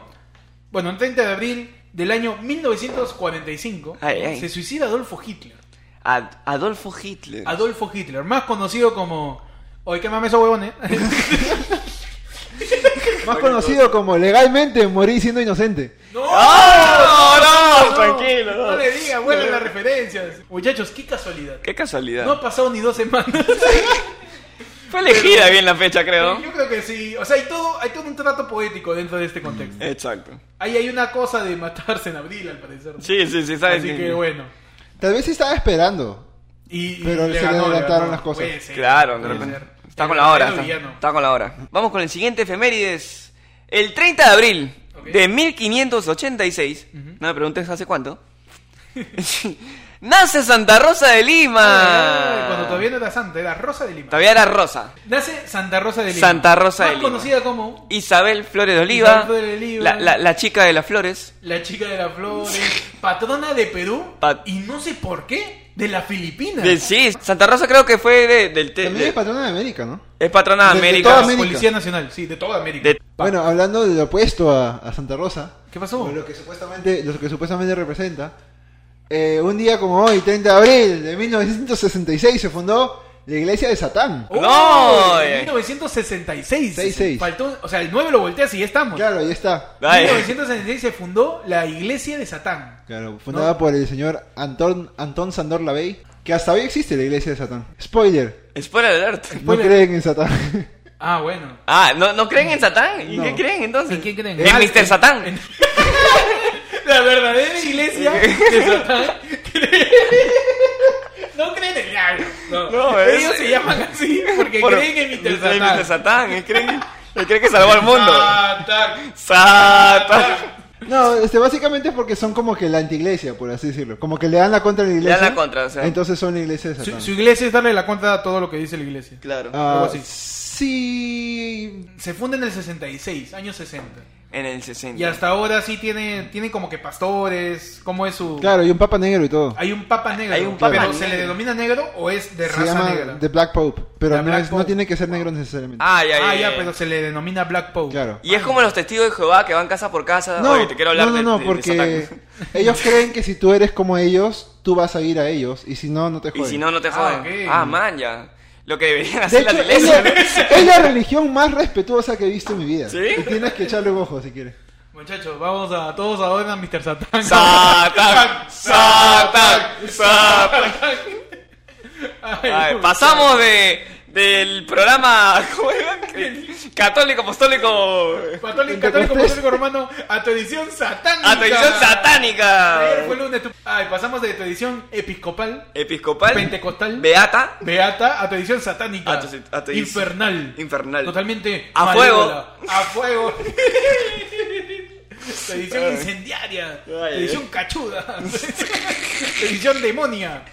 Bueno, el 30 de abril del año 1945, Ay, ay. se suicida Adolfo Hitler. Ad- Adolfo Hitler. Adolfo Hitler, más conocido como. Oye, que mames esos huevones. Más conocido como legalmente morir siendo inocente. ¡No! ¡Oh, no! Tranquilo, No, no. le digas, vuelven las referencias. Muchachos, qué casualidad. Qué casualidad. No ha pasado ni dos semanas. Fue elegida bien la fecha, creo. Yo creo que sí. O sea, hay todo, hay todo un trato poético dentro de este Mm, contexto. eh. Exacto. Ahí hay una cosa de matarse en abril, al parecer. Sí, sí, sí, sabes. Así que- que bueno. Tal vez estaba esperando. Y, y Pero se le ganó, adelantaron ganó. las cosas. Puede ser, Claro, de puede repente. ser. Está El con la hora. verdadero Está, villano. está con la hora. Vamos con el siguiente efemérides. El 30 de abril Ok. de 1586. No me preguntes hace cuánto. Nace Santa Rosa de Lima. Ay, Cuando todavía no era Santa, era Rosa de Lima. Todavía era rosa. Nace Santa Rosa de Lima. Santa Rosa Más de Lima. conocida como Isabel Flores de Oliva. Isabel Flores de Oliva. La, la- la chica de las flores. la chica de las flores, patrona de Perú Pat- y no sé por qué, de las Filipinas. De- sí, Santa Rosa creo que fue de- del... te- También de- es patrona de América, ¿no? es patrona de de- de América. toda la América. Policía Nacional, sí, de toda América. De- Pa- Bueno, hablando de lo opuesto a, a Santa Rosa, ¿Qué pasó? o lo que supuestamente, lo que supuestamente representa, eh, un día como hoy, 30 de abril de 1966, se fundó la iglesia de Satán. ¡Oh! No, En eh. 1966. 66. Faltó, o sea, el 9 lo volteas y ya estamos. Claro, ahí está. En Ay. 1966 se fundó la iglesia de Satán. Claro, fundada por el señor Antón, Antón Sandor Lavey, que hasta hoy existe la iglesia de Satán. Spoiler, Spoiler alert. no Spoiler. creen en Satán. Ah, bueno. Ah, ¿no, no creen en Satán? ¿Y No. qué creen entonces? ¿En quién creen? En Ah, Mr. en- Satán. en- La verdadera iglesia de Satán cree- No creen en el No, No, es- ellos se llaman así porque Por- creen en Mr. Mr. Satán. Satán, eh, creen en- Se cree que salvó al mundo. Ah, tac. Satan. No, este, básicamente es porque son como que la antiglesia, por así decirlo. Como que le dan la contra a la iglesia. dan la contra, o sea. Entonces son la iglesia de Su, Satán. su iglesia es darle la cuenta a todo lo que dice la iglesia. Claro. Ah, algo así. sí. Se funda en el 66, años 60. En el 60. Y hasta ahora sí tiene, tiene como que pastores, ¿cómo es su...? Claro, y un papa negro y todo. Hay un papa negro, Hay un papa pero negro. ¿se le denomina negro o es de Se raza llama negra? The Black Pope. Pero The no, Black es- Pope. no tiene que ser negro necesariamente. Ah, ya, ya. Ah, ya, ya. pero se le denomina Black Pope. Claro. Y es como los testigos de Jehová que van casa por casa. Oye, te quiero hablar no, no, de- no, de- de porque Satán. ellos creen que si tú eres como ellos, tú vas a ir a ellos. Y si no, no te Y joden. si no, no te Ah, jodan. Ah, ok. man, ya. Lo que deberían De hacer hecho, las es iglesias. la, es la religión más respetuosa que he visto en mi vida. ¿Sí? Y tienes que echarle un ojo si quieres. Muchachos, vamos a todos ahora a Mr. Satán. Satán, Satán, Satán. Ay, A ver, uy. pasamos de, del programa ¿cómo era? Que- católico apostólico Católico, católico, Pentecostés. católico romano a tu edición satánica. a tradición Ayer fue satánica. lunes. tu- Ay, pasamos de tu edición episcopal, Episcopal, Pentecostal. beata, beata, a tu edición satánica. A tu- Ah, a tu edición- infernal. infernal. Totalmente. A malévola. A fuego. tu edición incendiaria. Tu Ay, edición cachuda. tu edición demonia.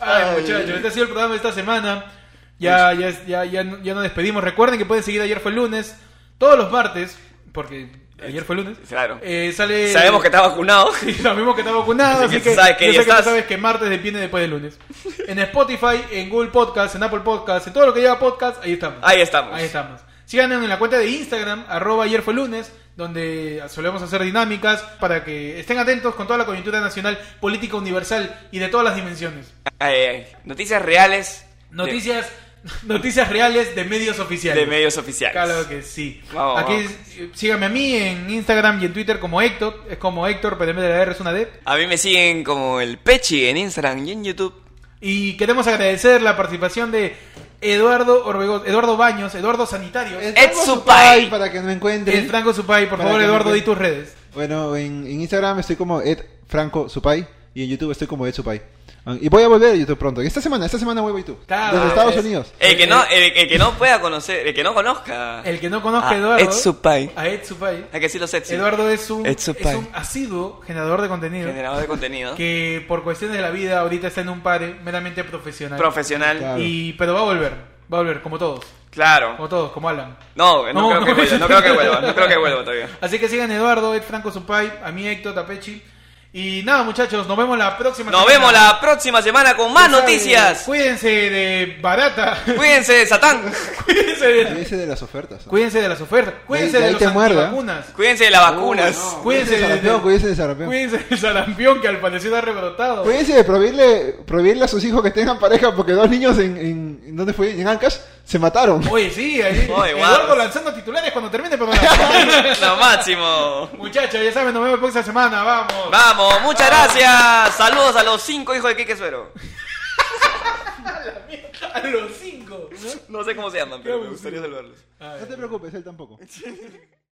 Ay, Ay. muchachos, este ha sido el programa de esta semana. Ya, ya, es- ya, ya, no- ya nos despedimos. Recuerden que pueden seguir Ayer fue lunes todos los martes, porque ayer fue lunes. Claro. Eh, sale Sabemos que está vacunado. Sí, sabemos que está vacunado, Así así que que, sabes yo que sé ya que tú estás. sabes que martes depende después del lunes. En Spotify, en Google Podcast, en Apple Podcast, en todo lo que lleva podcast, ahí estamos. Ahí estamos. Ahí estamos. Síganos en la cuenta de Instagram, arroba ayer fue lunes, donde solemos hacer dinámicas para que estén atentos con toda la coyuntura nacional, política universal y de todas las dimensiones. Ay, ay. Noticias reales de- Noticias, noticias reales de medios de, oficiales. medios oficiales. Claro que sí. Vamos, Aquí vamos. eh, síganme a mí en Instagram y en Twitter como Héctor, es como Héctor, pero en vez de la R es una D. A mí me siguen como el Pechi en Instagram y en YouTube. Y queremos agradecer la participación de Eduardo Orbegoz, Eduardo Baños, Eduardo Sanitario, Es Ed Franco Supay. Supay, Para que no encuentren. el Franco Supay. Por Para favor, que Eduardo, me- di tus redes. Bueno, en, en Instagram estoy como Ed Franco Supay. Y en YouTube estoy como Ed Supay. Ah, Y voy a volver a YouTube pronto. Esta semana, esta semana vuelvo a YouTube. Claro, Desde Estados es- Unidos. El que no, el, el que no pueda conocer, el que no conozca. El que no conozca Ah, a Eduardo. Ed Supay. A Ed Supay. Hay que sí los Etsy. Eduardo es un, Ed es Supay. un asiduo generador de contenido Generador de contenido. que por cuestiones de la vida ahorita está en un pare meramente profesional. Profesional. Claro. Y, pero va a volver, va a volver, como todos, Claro. como todos, como Alan. No, Pues no, creo que vuelva, no creo que vuelva, no creo que vuelva todavía. Así que sigan Eduardo, Ed Franco Supay, a mí Héctor Tapechi. Y nada, muchachos, nos vemos la próxima Nos semana. vemos la próxima semana con más Ya saben, noticias. Cuídense de barata. Cuídense de Satán. Cuídense de, Cuídense de las ofertas. ¿no? cuídense de las ofertas. Cuídense De de, ahí los te muerde, ¿eh? antivacunas. Cuídense de las vacunas. no. Cuídense de Cuídense de- sarampión, cuídense de sarampión. Cuídense del sarampión que al parecer ha rebrotado. Cuídense de prohibirle, prohibirle a sus hijos que tengan pareja porque dos niños en, en- en ¿dónde fue? En Ancash se mataron. Oye, sí, ahí, Oye, guau. Eduardo lanzando titulares cuando termine el programa. Lo máximo. Muchachos, ya saben, nos vemos la próxima semana. Vamos. Vamos, muchas gracias. Saludos a los cinco hijos de Quique Suero. A los cinco. No sé cómo se llaman, pero me gustaría saludarlos. A ver. No te preocupes, él tampoco.